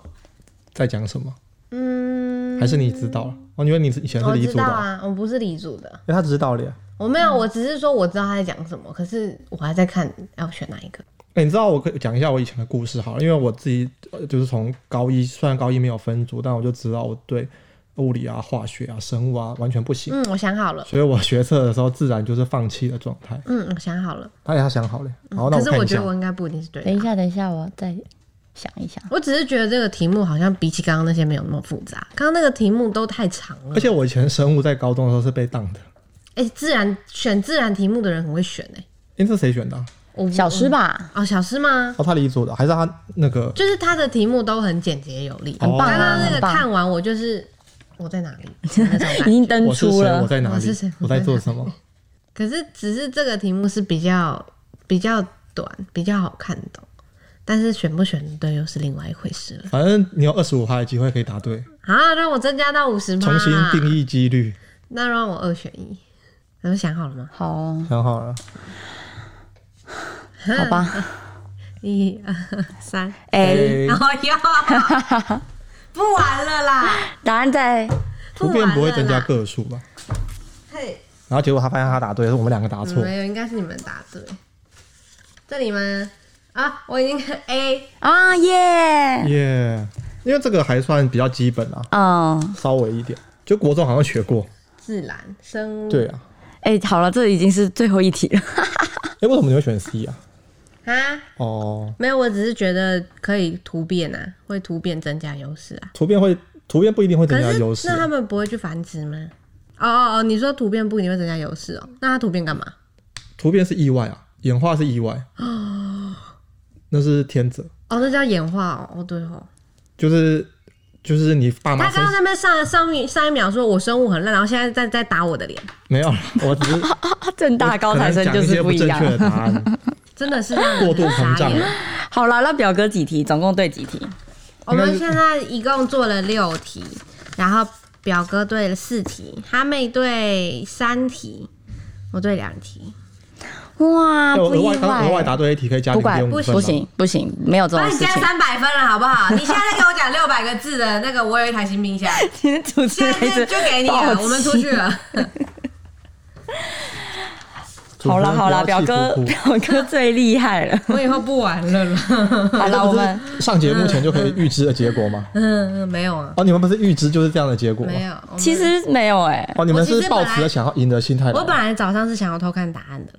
[SPEAKER 4] 在讲什么，
[SPEAKER 2] 嗯，
[SPEAKER 4] 还是你知道了？哦，因为你以前是
[SPEAKER 2] 我
[SPEAKER 4] 黎
[SPEAKER 2] 知
[SPEAKER 4] 族
[SPEAKER 2] 道
[SPEAKER 4] 的啊，
[SPEAKER 2] 啊，我不是黎族的。
[SPEAKER 4] 哎，他知道了耶。
[SPEAKER 2] 我没有，我只是说我知道他在讲什么，可是我还在看要选哪一个。
[SPEAKER 4] 哎、你知道我可以讲一下我以前的故事好了，因为我自己呃就是从高一，虽然高一没有分组，但我就知道我对物理啊、化学啊、生物啊完全不行，
[SPEAKER 2] 嗯，我想好了。
[SPEAKER 4] 所以我学测的时候自然就是放弃的状态。
[SPEAKER 2] 嗯，我想好了。
[SPEAKER 4] 大家想好了，好，
[SPEAKER 2] 可
[SPEAKER 4] 那我
[SPEAKER 2] 是
[SPEAKER 4] 看
[SPEAKER 2] 我
[SPEAKER 4] 一
[SPEAKER 2] 觉
[SPEAKER 4] 下
[SPEAKER 2] 得，我应该不一定是对
[SPEAKER 3] 等一
[SPEAKER 2] 的。
[SPEAKER 3] 下，等一下，我再想一想。
[SPEAKER 2] 我只是觉得这个题目好像比起刚刚那些没有那么复杂，刚刚那个题目都太长了
[SPEAKER 4] 而。且我以前生物在高中的时候是被当的，
[SPEAKER 2] 哎、自然选自然题目的人很会选哎、
[SPEAKER 4] 因、这是谁选的啊、
[SPEAKER 2] 我不
[SPEAKER 3] 小诗吧，
[SPEAKER 2] 哦，小诗吗？
[SPEAKER 4] 哦，他理组的，还是他那个？
[SPEAKER 2] 就是他的题目都很简洁有力。
[SPEAKER 4] 很棒啊
[SPEAKER 2] 刚刚那个
[SPEAKER 3] 很棒
[SPEAKER 2] 看完我就是我在 哪里那种感
[SPEAKER 3] 已
[SPEAKER 2] 觉
[SPEAKER 3] 经登
[SPEAKER 4] 我是
[SPEAKER 3] 出
[SPEAKER 4] 谁？我
[SPEAKER 3] 了。
[SPEAKER 4] 在哪
[SPEAKER 2] 我
[SPEAKER 4] 里
[SPEAKER 2] 是谁？
[SPEAKER 4] 我在做什么？
[SPEAKER 2] 可是只是这个题目是比较比较短，比较好看懂，但是选不选对又是另外一回事了
[SPEAKER 4] 反正你有二十五趴的机会可以 答对，
[SPEAKER 2] 啊！让我增加到五十
[SPEAKER 4] 重新定，义几率，
[SPEAKER 2] 那让我二选一。你们想好了吗？
[SPEAKER 3] 好哦，
[SPEAKER 4] 想好了。
[SPEAKER 3] 好吧。
[SPEAKER 2] 一、二、三，
[SPEAKER 3] 哎，
[SPEAKER 4] A
[SPEAKER 2] 然后要不玩了 啦！
[SPEAKER 3] 答案在
[SPEAKER 4] 图片不会增加
[SPEAKER 2] 不玩了啦
[SPEAKER 4] 个数吧？
[SPEAKER 2] 嘿，
[SPEAKER 4] 然后结果他发现他答对，是我们两个答错。
[SPEAKER 2] 没有，应该是你们答对。这里吗？啊，我已经看 A，
[SPEAKER 3] 啊耶。
[SPEAKER 4] 耶因为这个还算比较基本啊，
[SPEAKER 3] 嗯，
[SPEAKER 4] 稍微一点，就国中好像学过。
[SPEAKER 2] 自然生物。
[SPEAKER 4] 对啊，
[SPEAKER 3] 哎，好了，这已经是最后一题了。
[SPEAKER 4] 哎、为什么你会选 C 啊？
[SPEAKER 2] 啊，
[SPEAKER 4] 哦，
[SPEAKER 2] 没有，我只是觉得可以突变啊，会突变增加优势啊。
[SPEAKER 4] 图片会，图片不一定会增
[SPEAKER 2] 可
[SPEAKER 4] 加
[SPEAKER 2] 是
[SPEAKER 4] 优势
[SPEAKER 2] 那。他们不会去繁殖吗？哦哦哦，你说突变不一定会增加优势哦，那它突变干嘛？
[SPEAKER 4] 突变是意外啊，演化是 意外，那是天择，
[SPEAKER 2] 哦，那叫演化哦，哦对哦。
[SPEAKER 4] 就是就是你爸妈
[SPEAKER 2] 他
[SPEAKER 4] 生
[SPEAKER 2] 刚刚在那边上上一上一秒说我生物很烂，然后现在在在打我的脸，
[SPEAKER 4] 没有啦， 我只是
[SPEAKER 3] 正大高材生就
[SPEAKER 4] 可能讲一
[SPEAKER 3] 是
[SPEAKER 4] 些不
[SPEAKER 3] 一
[SPEAKER 4] 正
[SPEAKER 3] 样
[SPEAKER 4] 确。的答 案，
[SPEAKER 2] 真的是让人
[SPEAKER 4] 过度膨
[SPEAKER 2] 傻
[SPEAKER 4] 胀
[SPEAKER 2] 眼
[SPEAKER 4] 了。
[SPEAKER 3] 好了，那表哥几题？总共对几题？
[SPEAKER 2] 我们现在一共做了六题，然后表哥对了四题，哈妹对三题，我对两题。
[SPEAKER 3] 哇，
[SPEAKER 4] 哎对我
[SPEAKER 3] 不
[SPEAKER 4] 额外
[SPEAKER 3] 意
[SPEAKER 4] 刚刚额外
[SPEAKER 3] 外，
[SPEAKER 4] 答对一题可以加
[SPEAKER 3] 不
[SPEAKER 4] 零
[SPEAKER 3] 管
[SPEAKER 4] 点五分吗哦
[SPEAKER 3] 不行不行，没有这
[SPEAKER 2] 帮
[SPEAKER 3] 种
[SPEAKER 2] 你
[SPEAKER 3] 事
[SPEAKER 2] 加
[SPEAKER 3] 情。
[SPEAKER 2] 三百分了，好不好？你现在给我讲六百个字的那个，我有一台新冰 箱，
[SPEAKER 3] 今天 主持
[SPEAKER 2] 现
[SPEAKER 3] 人一
[SPEAKER 2] 在
[SPEAKER 3] 直
[SPEAKER 2] 就给你
[SPEAKER 3] 暴
[SPEAKER 2] 了，
[SPEAKER 3] 击
[SPEAKER 2] 我们出去。了。
[SPEAKER 4] 主持
[SPEAKER 3] 好
[SPEAKER 4] 人
[SPEAKER 3] 了好了，
[SPEAKER 4] 不要
[SPEAKER 3] 表
[SPEAKER 4] 气
[SPEAKER 3] 哥
[SPEAKER 4] 哭哭
[SPEAKER 3] 表哥最厉害了。
[SPEAKER 2] 我以后不玩了啦。
[SPEAKER 3] 好了，我们
[SPEAKER 4] 上节目前就可以预知的结果吗？
[SPEAKER 2] 嗯，没有啊，
[SPEAKER 4] 哦，你们不是预知就是这样的结果
[SPEAKER 3] 啊
[SPEAKER 4] 吗？
[SPEAKER 2] 没有。我们
[SPEAKER 3] 其实没有哎、
[SPEAKER 4] 哦，你们
[SPEAKER 2] 我
[SPEAKER 4] 是
[SPEAKER 2] 其实本
[SPEAKER 4] 抱
[SPEAKER 2] 来
[SPEAKER 4] 持着想要赢的心态来
[SPEAKER 2] 我本来早上是想要偷看答案的，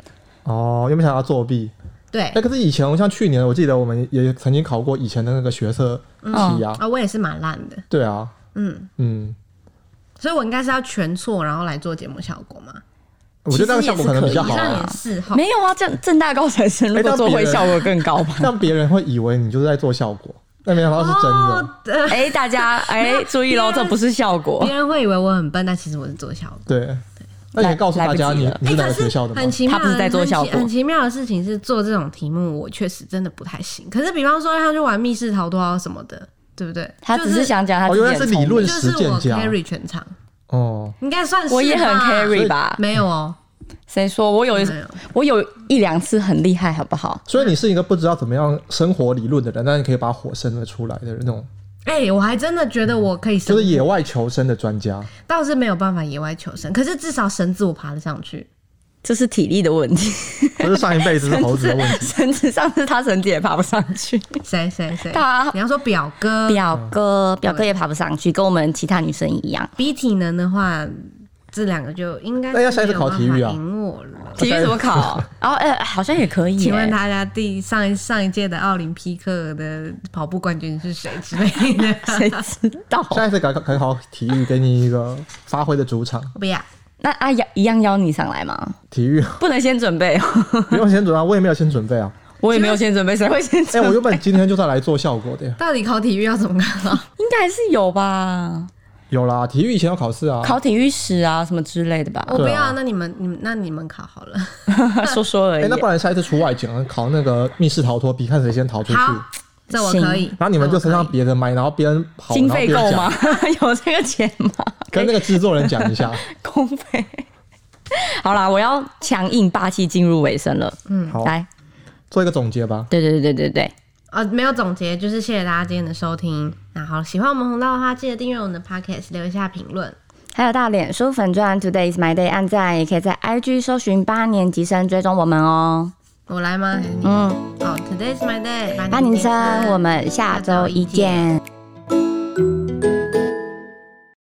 [SPEAKER 4] 哦，有没有想要作弊？哎
[SPEAKER 2] 对
[SPEAKER 4] 那可是以前，像去年，我记得我们也曾经考过以前的那个学测
[SPEAKER 3] 嗯
[SPEAKER 4] 题啊，
[SPEAKER 3] 哦
[SPEAKER 2] 啊，我也是蛮烂的，
[SPEAKER 4] 对啊，
[SPEAKER 2] 嗯，
[SPEAKER 4] 嗯，
[SPEAKER 2] 所以我应该是要全错，然后来做节目效果嘛。
[SPEAKER 4] 我觉得那个效果可能比较
[SPEAKER 2] 以
[SPEAKER 4] 好
[SPEAKER 2] 上也
[SPEAKER 4] 啊，
[SPEAKER 2] 是哈，
[SPEAKER 3] 没有啊，正正大高材生如
[SPEAKER 4] 哎
[SPEAKER 3] 果
[SPEAKER 4] 那
[SPEAKER 3] 做会
[SPEAKER 4] 别人
[SPEAKER 3] 效果更高吧？
[SPEAKER 4] 让别人会以为你就是在做效果，但没想到是真的，
[SPEAKER 2] 哦呃
[SPEAKER 3] 哎、大家哎、注意喽，
[SPEAKER 2] 别
[SPEAKER 3] 这
[SPEAKER 2] 人
[SPEAKER 3] 不是效果
[SPEAKER 2] 别，人会以为我很笨，但其实我是做效果。
[SPEAKER 4] 对。那你也告诉大家
[SPEAKER 3] 来不及
[SPEAKER 4] 你
[SPEAKER 3] 了
[SPEAKER 4] 你是
[SPEAKER 2] 哎
[SPEAKER 4] 哪个
[SPEAKER 2] 可
[SPEAKER 4] 学校的吗
[SPEAKER 2] 很？奇妙的，
[SPEAKER 3] 他不是在做效果
[SPEAKER 2] 很奇很奇妙的事情是做这种题目，我确实真的不太行。可是比方说，他去玩密室逃脱啊什么的，对不对？
[SPEAKER 3] 他只是想讲他
[SPEAKER 4] 哦
[SPEAKER 3] 自己
[SPEAKER 4] 原来
[SPEAKER 3] 很聪
[SPEAKER 4] 是理
[SPEAKER 3] 明
[SPEAKER 4] 论
[SPEAKER 2] 就是
[SPEAKER 4] 实践
[SPEAKER 2] 我
[SPEAKER 4] 家
[SPEAKER 2] carry 全场，
[SPEAKER 4] 哦，
[SPEAKER 2] 应该算是吧啊
[SPEAKER 3] 我也很 carry 吧？
[SPEAKER 2] 没有哦，
[SPEAKER 3] 谁说我有
[SPEAKER 2] 没有
[SPEAKER 3] 我有一两次很厉害，好不好？
[SPEAKER 4] 所以你是一个不知道怎么样生活理论的人，但你可以把火生了出来的那种，
[SPEAKER 2] 哎、我还真的觉得我可以
[SPEAKER 4] 就
[SPEAKER 2] 生，
[SPEAKER 4] 是野外求生的专家。
[SPEAKER 2] 倒是没有办法野外求生，可是至少绳子我爬得上 去。
[SPEAKER 3] 这是体力的问题，
[SPEAKER 4] 不是上一辈子是猴子的问题，
[SPEAKER 3] 绳子上次他绳子也爬不上去，
[SPEAKER 2] 谁谁谁？
[SPEAKER 3] 他
[SPEAKER 2] 你要说啊表哥
[SPEAKER 3] 表哥表哥也爬不上去，跟我们其他女生一样。
[SPEAKER 2] 比体能的话，这两个就应该
[SPEAKER 4] 那要下一次
[SPEAKER 2] 是没有
[SPEAKER 4] 考体育
[SPEAKER 2] 办
[SPEAKER 4] 啊
[SPEAKER 2] 法赢我了。
[SPEAKER 3] 体育怎么考？然后哎，好像也可以耶。
[SPEAKER 2] 请问大家第上一上一届的奥林匹克的跑步冠军是谁之类 的？
[SPEAKER 3] 谁知 道？
[SPEAKER 4] 下一次改改好哎体育，给你一个发挥的主场。
[SPEAKER 2] 我不要，
[SPEAKER 3] 那阿邀一样邀你上来吗？
[SPEAKER 4] 体育
[SPEAKER 3] 不能先准备哦，
[SPEAKER 4] 不用先准备啊，我也没有先准备啊。
[SPEAKER 3] 我也没有先准备，谁会先
[SPEAKER 4] 哎、
[SPEAKER 3] 准备？
[SPEAKER 4] 我原本今天就是要来做效果的耶，
[SPEAKER 2] 到底考体育要怎么考？
[SPEAKER 3] 应该是有吧，
[SPEAKER 4] 有啦，体育以前要考试啊。
[SPEAKER 3] 考体育史啊什么之类的吧，
[SPEAKER 2] 我不
[SPEAKER 4] 对
[SPEAKER 2] 要，
[SPEAKER 4] 啊
[SPEAKER 2] 那你们你们那你们考好了。
[SPEAKER 3] 说说而已
[SPEAKER 4] 哎、那。不然下一次出外景啊考那个密室逃脱比，看谁先逃出去。
[SPEAKER 2] 好，这我可以。
[SPEAKER 4] 然后你们就身上别人麦，然后别人跑，
[SPEAKER 3] 经
[SPEAKER 4] 然后
[SPEAKER 3] 费
[SPEAKER 4] 别人
[SPEAKER 3] 够
[SPEAKER 4] 讲
[SPEAKER 3] 吗？？ 有这个钱吗？
[SPEAKER 4] 跟那个制作人讲一下。
[SPEAKER 3] 公费。 好啦，我要强硬霸气进入尾声了。
[SPEAKER 4] 嗯好，
[SPEAKER 3] 来，
[SPEAKER 4] 做一个总结吧。
[SPEAKER 3] 对对对对对，
[SPEAKER 2] 呃，没有总结，就是谢谢大家今天的收听。然后喜欢我们红道的话，记得订阅我们的 podcast，留一下评论。
[SPEAKER 1] 还有到脸书粉钻 Today is my day 按赞，也可以在 IG 搜寻八年级生追踪我们哦。
[SPEAKER 2] 我来吗？还是你？
[SPEAKER 1] 嗯，
[SPEAKER 2] 哦，Today's my day，
[SPEAKER 1] 八年生，我们下周一见。